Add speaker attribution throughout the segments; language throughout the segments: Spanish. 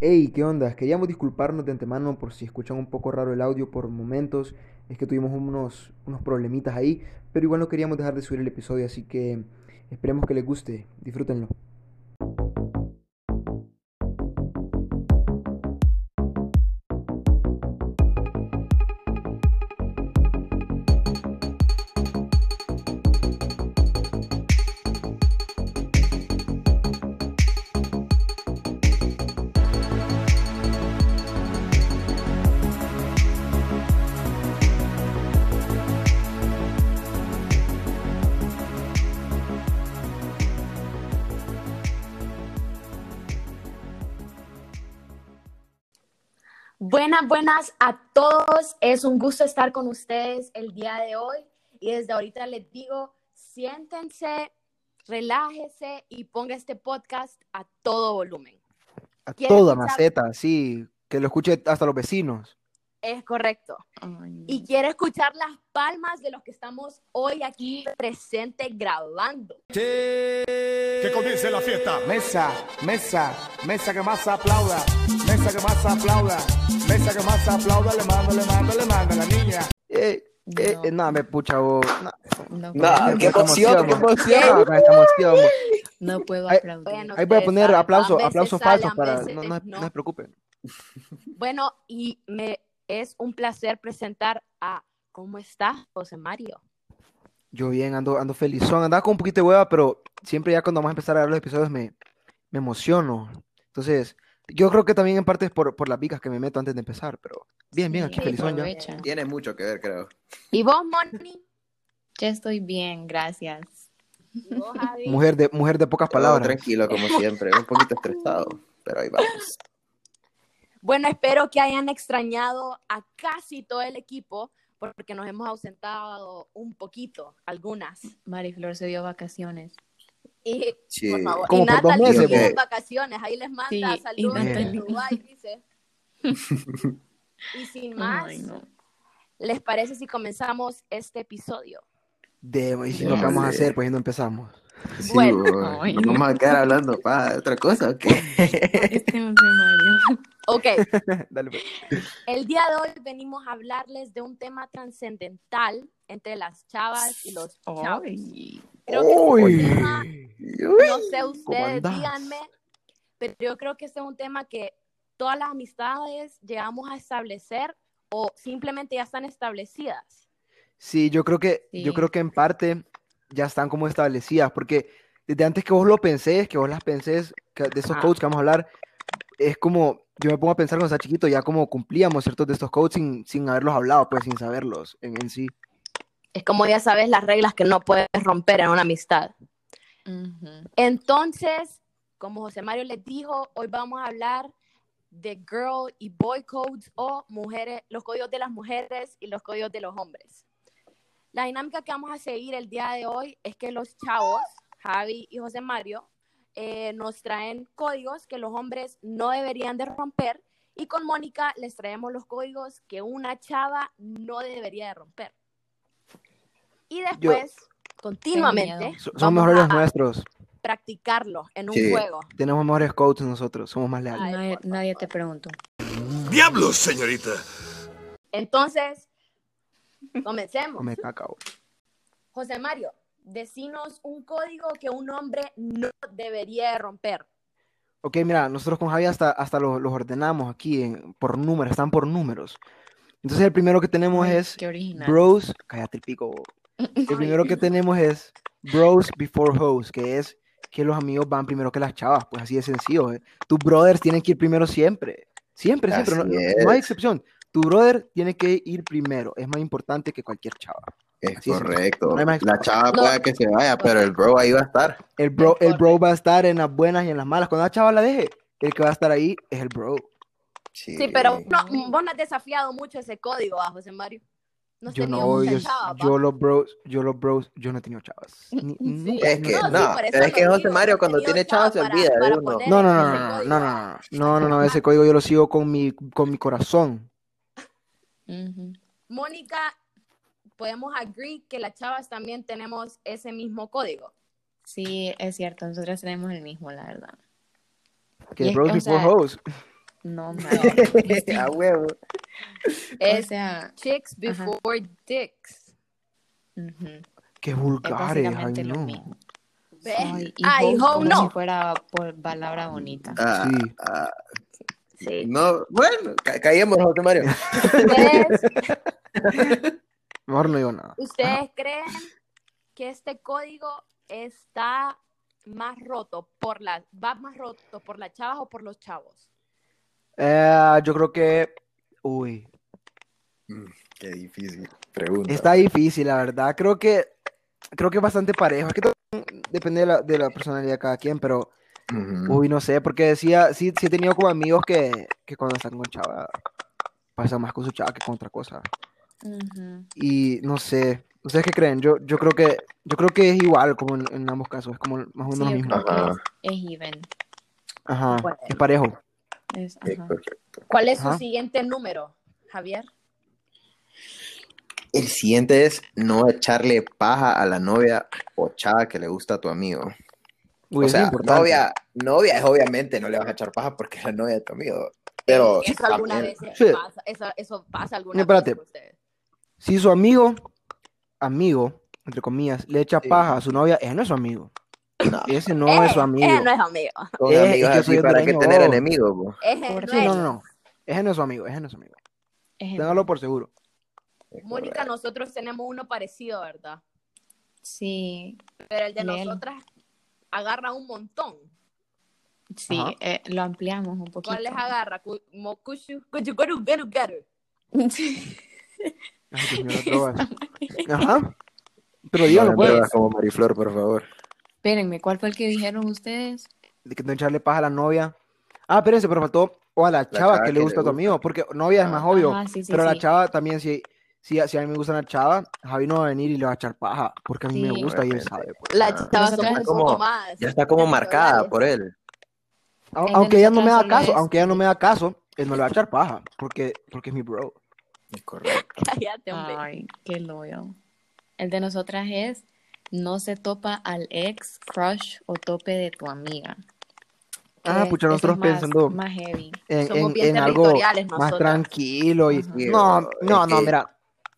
Speaker 1: Hey, ¿qué onda? Queríamos disculparnos de antemano por si escuchan un poco raro el audio por momentos. Es que tuvimos unos, unos problemitas ahí, pero igual no queríamos dejar de subir el episodio, así que esperemos que les guste. Disfrútenlo.
Speaker 2: Buenas, buenas a todos. Es un gusto estar con ustedes el día de hoy. Y desde ahorita les digo, siéntense, relájese y ponga este podcast a todo volumen.
Speaker 1: A
Speaker 2: ¿Quieren
Speaker 1: toda
Speaker 2: escuchar?
Speaker 1: maceta, sí. Que lo escuche hasta los vecinos.
Speaker 2: Es correcto. Y quiero escuchar las palmas de los que estamos hoy aquí presentes grabando.
Speaker 3: Que comience la fiesta.
Speaker 4: Mesa, mesa, mesa que más aplauda, mesa que más aplauda, mesa que más aplauda, le mando, le mando, le mando a la niña.
Speaker 1: Eh, eh, eh, nada, me pucha vos. Nah,
Speaker 5: No,
Speaker 6: Nah,
Speaker 5: puedo,
Speaker 6: qué emoción, qué
Speaker 1: nah,
Speaker 6: emoción.
Speaker 1: Ah, me emociono.
Speaker 5: no puedo
Speaker 1: Ay,
Speaker 5: aplaudir.
Speaker 2: bueno.
Speaker 1: Ahí voy a
Speaker 2: Ustedes
Speaker 1: poner
Speaker 2: saben, a
Speaker 1: aplausos,
Speaker 2: veces
Speaker 1: aplausos
Speaker 2: sale,
Speaker 1: falsos
Speaker 2: a
Speaker 1: para.
Speaker 2: veces
Speaker 1: No, no,
Speaker 2: no.
Speaker 1: no se preocupen.
Speaker 2: Bueno, y me es un placer presentar a ¿Cómo estás, José Mario?
Speaker 1: Yo bien, ando, ando felizón. Andaba con un poquito de hueva, pero siempre ya cuando vamos a empezar a ver los episodios me, me emociono. Entonces, yo creo que también en parte es por, por las vicas que me meto antes de empezar, pero bien, bien, aquí
Speaker 2: Sí,
Speaker 1: felizón ya.
Speaker 5: Aprovecha.
Speaker 6: Tiene mucho que ver, creo.
Speaker 2: ¿Y vos, Moni?
Speaker 5: Ya estoy bien, gracias.
Speaker 2: ¿Y vos, Javi?
Speaker 1: Mujer de, mujer de pocas palabras.
Speaker 6: Todo tranquilo, como siempre. Un poquito estresado, pero ahí vamos.
Speaker 2: Bueno, espero que hayan extrañado a casi todo el equipo porque nos hemos ausentado un poquito, algunas.
Speaker 5: Mariflor se dio vacaciones.
Speaker 2: Y,
Speaker 6: Sí.
Speaker 2: por favor,
Speaker 1: Como
Speaker 2: y
Speaker 1: por dos
Speaker 2: Natalie
Speaker 6: meses,
Speaker 2: sigue en
Speaker 6: pues.
Speaker 2: vacaciones, ahí les manda
Speaker 5: Sí, y
Speaker 2: saludos
Speaker 1: Natalie.
Speaker 2: de Uruguay, dice. y sin más,
Speaker 5: Ay, no.
Speaker 2: ¿les parece si comenzamos este episodio?
Speaker 1: De, y si no, ¿qué vamos a
Speaker 6: Hombre.
Speaker 1: hacer? Pues y no empezamos.
Speaker 6: Sí,
Speaker 2: Bueno.
Speaker 6: bo,
Speaker 5: Ay,
Speaker 6: nos
Speaker 5: no.
Speaker 6: vamos a quedar hablando pa, de otra cosa, ¿o qué?
Speaker 5: Este no fue Mario.
Speaker 2: Ok,
Speaker 1: Dale, pues.
Speaker 2: el día de hoy venimos a hablarles de un tema trascendental entre las chavas y los chavos.
Speaker 5: Ay.
Speaker 2: Creo que este
Speaker 1: Uy.
Speaker 2: tema No sé
Speaker 1: ¿cómo
Speaker 2: ustedes,
Speaker 1: andás?
Speaker 2: díganme, pero yo creo que este es un tema que todas las amistades llegamos a establecer o simplemente ya están establecidas.
Speaker 1: Sí, yo creo que, yo
Speaker 5: Sí.
Speaker 1: creo que en parte ya están como establecidas, porque desde antes que vos lo pensés, que vos las pensés, que de esos
Speaker 2: Ajá.
Speaker 1: codes que vamos a hablar, es como, yo me pongo a pensar cuando estaba chiquito, ya como cumplíamos ciertos de estos codes sin, sin haberlos hablado, pues sin saberlos en, en sí.
Speaker 2: Es como ya sabes las reglas que no puedes romper en una amistad.
Speaker 5: Ujú.
Speaker 2: Entonces, como José Mario les dijo, hoy vamos a hablar de girl y boy codes o mujeres, los códigos de las mujeres y los códigos de los hombres. La dinámica que vamos a seguir el día de hoy es que los chavos, Javi y José Mario, eh, nos traen códigos que los hombres no deberían de romper y con Mónica les traemos los códigos que una chava no debería de romper. Y después, continuamente,
Speaker 5: miedo.
Speaker 1: So- Son
Speaker 2: vamos
Speaker 1: mejores
Speaker 2: a-
Speaker 1: los nuestros,
Speaker 2: practicarlo en un
Speaker 6: Sí.
Speaker 2: juego.
Speaker 1: tenemos mejores codes nosotros, somos más leales.
Speaker 2: Ay,
Speaker 5: Nadie,
Speaker 2: por favor.
Speaker 5: nadie te preguntó.
Speaker 3: Diablos, señorita.
Speaker 2: Entonces, comencemos.
Speaker 1: Me caca, vos.
Speaker 2: José Mario, decinos un código que un hombre no debería de romper.
Speaker 1: Ok, mira, nosotros con Javi hasta, hasta los, los ordenamos aquí en- por números, están por números. Entonces el primero que tenemos
Speaker 5: Ay,
Speaker 1: es
Speaker 5: Qué original.
Speaker 1: Bros, cállate el pico. bo. El primero que tenemos es Bros before hoes, que es que los amigos van primero que las chavas, pues así de sencillo. eh. Tus brothers tienen que ir primero siempre, siempre, siempre, no,
Speaker 6: Así
Speaker 1: no-
Speaker 6: es.
Speaker 1: no hay excepción. Tu brother tiene que ir primero, es más importante que cualquier chava.
Speaker 6: Es
Speaker 1: Sí, sí.
Speaker 6: correcto.
Speaker 1: No hay más
Speaker 6: La chava pueda que se vaya, pero el bro ahí va a estar.
Speaker 1: El bro, el bro va a estar en las buenas y en las malas. Cuando la chava la deje, el que va a estar ahí es el bro.
Speaker 6: Sí, eh,
Speaker 2: Sí, pero no- vos no has desafiado mucho ese código, ah, José Mario. No has
Speaker 1: Yo
Speaker 2: tenido
Speaker 1: no,
Speaker 2: muchas
Speaker 1: yo,
Speaker 2: chavas,
Speaker 1: yo
Speaker 2: ¿va?
Speaker 1: los bros, yo los bros, yo no he tenido chavas. Ni- nunca he
Speaker 6: Es que
Speaker 1: tenido
Speaker 6: no,
Speaker 1: chavas.
Speaker 2: por eso
Speaker 6: es que
Speaker 2: lo
Speaker 6: José
Speaker 2: digo,
Speaker 6: Mario
Speaker 2: no
Speaker 6: cuando
Speaker 2: he tenido
Speaker 6: tiene chava se
Speaker 2: chavas
Speaker 6: olvida
Speaker 2: para-
Speaker 6: de
Speaker 2: para
Speaker 6: uno.
Speaker 2: poner
Speaker 1: No, no,
Speaker 2: ese
Speaker 1: no, no,
Speaker 2: código,
Speaker 1: no, no,
Speaker 2: ah.
Speaker 1: no, no, no, no, no, ese código yo lo sigo con mi, con mi corazón.
Speaker 5: Ujú.
Speaker 2: Mónica, podemos agree que las chavas también tenemos ese mismo código.
Speaker 5: Sí, es cierto, nosotros tenemos el mismo, la verdad.
Speaker 1: Que
Speaker 5: Y es
Speaker 1: bros
Speaker 5: que, o
Speaker 1: before
Speaker 5: sea,
Speaker 1: hoes.
Speaker 5: No, madre.
Speaker 6: A huevo.
Speaker 5: o
Speaker 2: Es
Speaker 5: sea,
Speaker 2: chicks before dicks.
Speaker 5: ujú,
Speaker 1: Qué
Speaker 5: es
Speaker 1: vulgares, ay
Speaker 5: básicamente lo
Speaker 1: no.
Speaker 5: mismo.
Speaker 2: Ve.
Speaker 5: Ay, y
Speaker 2: Ay,
Speaker 5: hoe
Speaker 2: hoe
Speaker 5: como
Speaker 2: no.
Speaker 5: si fuera por palabra bonita.
Speaker 6: Ah,
Speaker 1: Sí.
Speaker 6: ah,
Speaker 2: Sí.
Speaker 6: no, bueno, ca- caímos, José Mario.
Speaker 2: Pues,
Speaker 1: Mejor no digo nada.
Speaker 2: ¿Ustedes creen que este código está más roto por las va más roto por las chavas o por los chavos?
Speaker 1: Eh, yo creo que. Uy,
Speaker 6: Qué difícil pregunta.
Speaker 1: está difícil, la verdad. Creo que. Creo que es bastante parejo. Es que todo depende de la, de la personalidad de cada quien, pero.
Speaker 6: Ujú.
Speaker 1: Uy, no sé, porque decía. Sí, sí he tenido como amigos que, que cuando están con chava. Pasa más con su chava que con otra cosa.
Speaker 5: Ujú.
Speaker 1: Y no sé. ¿Ustedes qué creen? Yo, yo creo que. Yo creo que es igual como en, en ambos casos. Es como más o menos
Speaker 5: Sí,
Speaker 1: lo
Speaker 5: yo
Speaker 1: mismo. Ah.
Speaker 5: creo que
Speaker 6: Ajá.
Speaker 5: es, es even.
Speaker 1: Ajá.
Speaker 5: Bueno.
Speaker 1: Es parejo.
Speaker 5: Es-
Speaker 6: Sí, pues.
Speaker 5: ajá.
Speaker 6: correcto.
Speaker 2: ¿Cuál es su
Speaker 1: Ajá.
Speaker 2: siguiente número, Javier?
Speaker 6: El siguiente es no echarle paja a la novia o chava que le gusta a tu amigo.
Speaker 1: Uy,
Speaker 6: o
Speaker 1: es
Speaker 6: sea,
Speaker 1: importante.
Speaker 6: novia, novia es obviamente no le vas a echar paja porque es la novia de tu amigo. Pero
Speaker 2: eso alguna
Speaker 6: también-
Speaker 2: vez
Speaker 1: Sí.
Speaker 2: pasa, eso, eso pasa alguna
Speaker 1: Espérate.
Speaker 2: vez con ustedes.
Speaker 1: Si su amigo, amigo, entre comillas, le echa
Speaker 6: Sí.
Speaker 1: paja a su novia, ese no es su amigo.
Speaker 6: no,
Speaker 1: Ese no
Speaker 2: Eh,
Speaker 1: es su amigo.
Speaker 2: ese no es amigo.
Speaker 6: con
Speaker 1: Eh,
Speaker 6: amigos
Speaker 1: es que
Speaker 6: así,
Speaker 1: soy
Speaker 6: ¿para qué
Speaker 1: hondureño,
Speaker 6: tener
Speaker 1: oh.
Speaker 6: enemigos? bo?
Speaker 2: Ese
Speaker 5: Por
Speaker 2: no
Speaker 1: Sí,
Speaker 2: es.
Speaker 1: no, no, no. Ese no es su amigo, ese no es su amigo.
Speaker 5: Ejemplo.
Speaker 1: Téngalo por seguro.
Speaker 2: Mónica, nosotros tenemos uno parecido, ¿verdad?
Speaker 5: Sí,
Speaker 2: Pero el de
Speaker 5: Léelo.
Speaker 2: nosotras agarra un montón.
Speaker 5: sí,
Speaker 1: Ajá.
Speaker 5: eh, lo ampliamos un poquito.
Speaker 2: ¿Cuál les agarra? Cu- mo- cushu- cuchucuru, garu, garu.
Speaker 5: Sí.
Speaker 1: Ay, Dios mío, las drogas. Ajá. Pero díganlo,
Speaker 6: No,
Speaker 1: pues.
Speaker 6: no, como Mariflor, por favor.
Speaker 5: Espérenme, ¿cuál fue el que dijeron ustedes?
Speaker 1: De que no echarle paja a la novia. Ah, espérense, pero faltó. O a la chava que le gusta a tu amigo. Porque novia es
Speaker 6: Ah.
Speaker 1: más obvio.
Speaker 5: Ajá, sí, sí,
Speaker 1: pero a la
Speaker 5: sí.
Speaker 1: chava también, si, si, si a mí me gusta una chava, Javi no va a venir y le va a echar paja. Porque a mí me
Speaker 5: Sí.
Speaker 1: gusta y él
Speaker 6: Obviamente.
Speaker 1: sabe. pues.
Speaker 2: Las
Speaker 6: Ah,
Speaker 2: chavas
Speaker 5: nosotras
Speaker 2: son un
Speaker 6: como-
Speaker 2: poco más.
Speaker 6: Ya está como marcada
Speaker 2: Horarios.
Speaker 6: por él.
Speaker 1: A-
Speaker 5: El de
Speaker 1: aunque ella no me haga
Speaker 5: nosotras solo
Speaker 1: caso,
Speaker 5: es-
Speaker 1: aunque ella no me haga caso, él no le va a echar paja. Porque, porque es mi bro.
Speaker 6: Es correcto.
Speaker 2: Cállate, hombre.
Speaker 5: Ay, qué loyal. El de nosotras es no se topa al ex, crush o tope de tu amiga.
Speaker 1: Ah,
Speaker 5: Eh,
Speaker 1: pucha,
Speaker 5: eso
Speaker 1: nosotros
Speaker 5: es más-
Speaker 1: pensando-
Speaker 5: Más heavy.
Speaker 1: en,
Speaker 2: Somos
Speaker 1: en-
Speaker 2: bien
Speaker 1: en algo
Speaker 2: territoriales
Speaker 1: más
Speaker 2: nosotras.
Speaker 1: tranquilo y
Speaker 5: Ajá.
Speaker 1: no,
Speaker 6: Sí,
Speaker 1: no,
Speaker 6: es
Speaker 1: no,
Speaker 6: que-
Speaker 1: mira.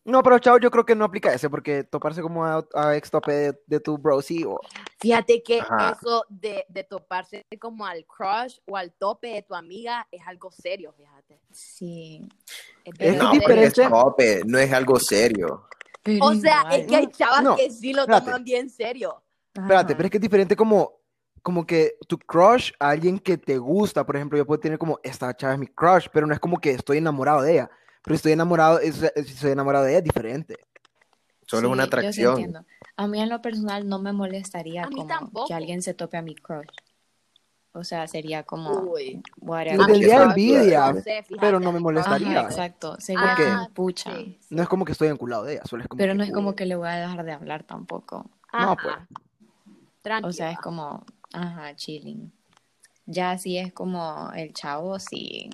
Speaker 1: No, pero chao, yo creo que no aplica ese porque toparse como a, a ex tope de, de tu bro, sí, o-
Speaker 2: Fíjate que
Speaker 6: Ajá.
Speaker 2: eso de, de toparse como al crush o al tope de tu amiga es algo serio, fíjate.
Speaker 5: Sí.
Speaker 1: Es
Speaker 2: bien
Speaker 1: que
Speaker 6: no,
Speaker 2: serio.
Speaker 1: es
Speaker 6: porque es
Speaker 1: diferente.
Speaker 6: tope, no es algo serio.
Speaker 5: Pero
Speaker 2: O sea,
Speaker 5: igual.
Speaker 2: es que hay chavas
Speaker 1: No,
Speaker 2: que sí lo
Speaker 1: espérate.
Speaker 2: toman bien serio.
Speaker 1: espérate,
Speaker 5: Ajá.
Speaker 1: pero es que es diferente como, como que tu crush a alguien que te gusta, por ejemplo, yo puedo tener como, esta chava es mi crush, pero no es como que estoy enamorado de ella, pero estoy enamorado, es- si soy enamorado de ella es diferente.
Speaker 6: Solo es una
Speaker 5: Sí, yo sí
Speaker 6: atracción.
Speaker 5: entiendo. A mí en lo personal no me molestaría
Speaker 2: A mí
Speaker 5: como
Speaker 2: tampoco.
Speaker 5: que alguien se tope a mi crush. O sea, sería como
Speaker 2: Uy.
Speaker 1: Yo
Speaker 5: whatever.
Speaker 2: A mí
Speaker 1: tendría
Speaker 2: el crush,
Speaker 1: envidia,
Speaker 2: no sé, fíjate,
Speaker 1: pero no
Speaker 2: a
Speaker 1: me
Speaker 2: mi
Speaker 5: Ajá,
Speaker 1: molestaría.
Speaker 2: crush,
Speaker 5: exacto.
Speaker 2: Ah,
Speaker 5: Sería que pucha.
Speaker 2: sí.
Speaker 1: No es como que estoy enculado de ella, solo es como
Speaker 5: Pero
Speaker 1: que,
Speaker 5: no es como
Speaker 1: uy,
Speaker 5: que le voy a dejar de hablar tampoco.
Speaker 1: No,
Speaker 2: Ajá.
Speaker 1: pues.
Speaker 2: Tranquila.
Speaker 5: O sea, es como, ajá, chilling. Ya si es como el chavo, sí.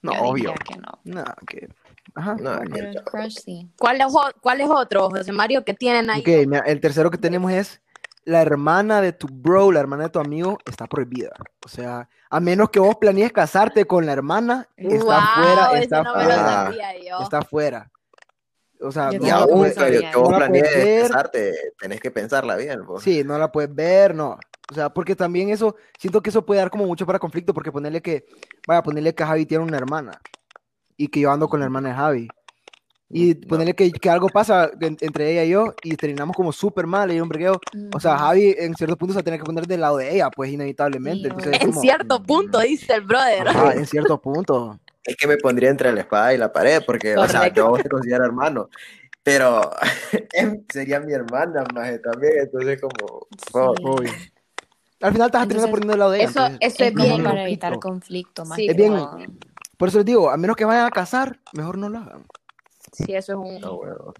Speaker 1: no,
Speaker 5: yo diría
Speaker 1: obvio.
Speaker 5: que no.
Speaker 1: No, que, ajá.
Speaker 6: No, es
Speaker 5: Pero
Speaker 6: que-
Speaker 5: el crush sí.
Speaker 2: ¿Cuál es, o- cuál es otro, José Mario, que tienen ahí?
Speaker 1: Ok, mira, el tercero que tenemos es la hermana de tu bro, la hermana de tu amigo, está prohibida. O sea, a menos que vos planees casarte con la hermana, está
Speaker 2: Wow,
Speaker 1: fuera,
Speaker 2: ese
Speaker 1: está
Speaker 2: no me lo
Speaker 1: fuera,
Speaker 6: fuera.
Speaker 2: sabía yo.
Speaker 1: está fuera. O sea, no
Speaker 5: Yo
Speaker 1: pues,
Speaker 6: Y
Speaker 1: la
Speaker 5: tampoco
Speaker 6: aún
Speaker 1: puedes,
Speaker 5: sabía.
Speaker 6: que que vos
Speaker 1: No la puedes
Speaker 6: planees
Speaker 1: ver.
Speaker 6: casarte, tenés que pensarla bien. vos.
Speaker 1: sí, no la puedes ver, no. O sea, porque también eso, siento que eso puede dar como mucho para conflicto, porque ponerle que, vaya, ponerle que Javi tiene una hermana y que yo ando con la hermana de Javi. Y
Speaker 6: No.
Speaker 1: ponerle que, que algo pasa en- entre ella y yo y terminamos como súper mal y un bregueo. O sea,
Speaker 5: Ujú.
Speaker 1: Javi en ciertos puntos se va a tener que poner del lado de ella, pues inevitablemente.
Speaker 5: Sí,
Speaker 1: Entonces,
Speaker 5: obvio.
Speaker 1: es
Speaker 2: En
Speaker 1: como, Ah.
Speaker 2: cierto punto, dice el brother.
Speaker 1: ajá, en ciertos puntos.
Speaker 6: Es que me pondría entre la espada y la pared, porque, o sea,
Speaker 5: Correcto.
Speaker 6: yo a vos te considero hermano, pero em, sería mi hermana más también, entonces como, fuck.
Speaker 5: Sí.
Speaker 1: Obvio. Al final estás terminando
Speaker 5: Entonces,
Speaker 1: poniendo del lado de ella.
Speaker 2: eso-
Speaker 1: entonces,
Speaker 2: eso es
Speaker 5: Es
Speaker 1: no
Speaker 5: como
Speaker 2: bien.
Speaker 1: hay
Speaker 5: para evitar
Speaker 1: conflicto.
Speaker 5: conflicto más
Speaker 2: Sí.
Speaker 5: que
Speaker 1: Es bien-
Speaker 5: todo.
Speaker 1: Por eso les digo, a menos que vayan a casar, mejor no lo hagan.
Speaker 2: Sí, eso es un...
Speaker 1: Oh,
Speaker 6: no, bueno.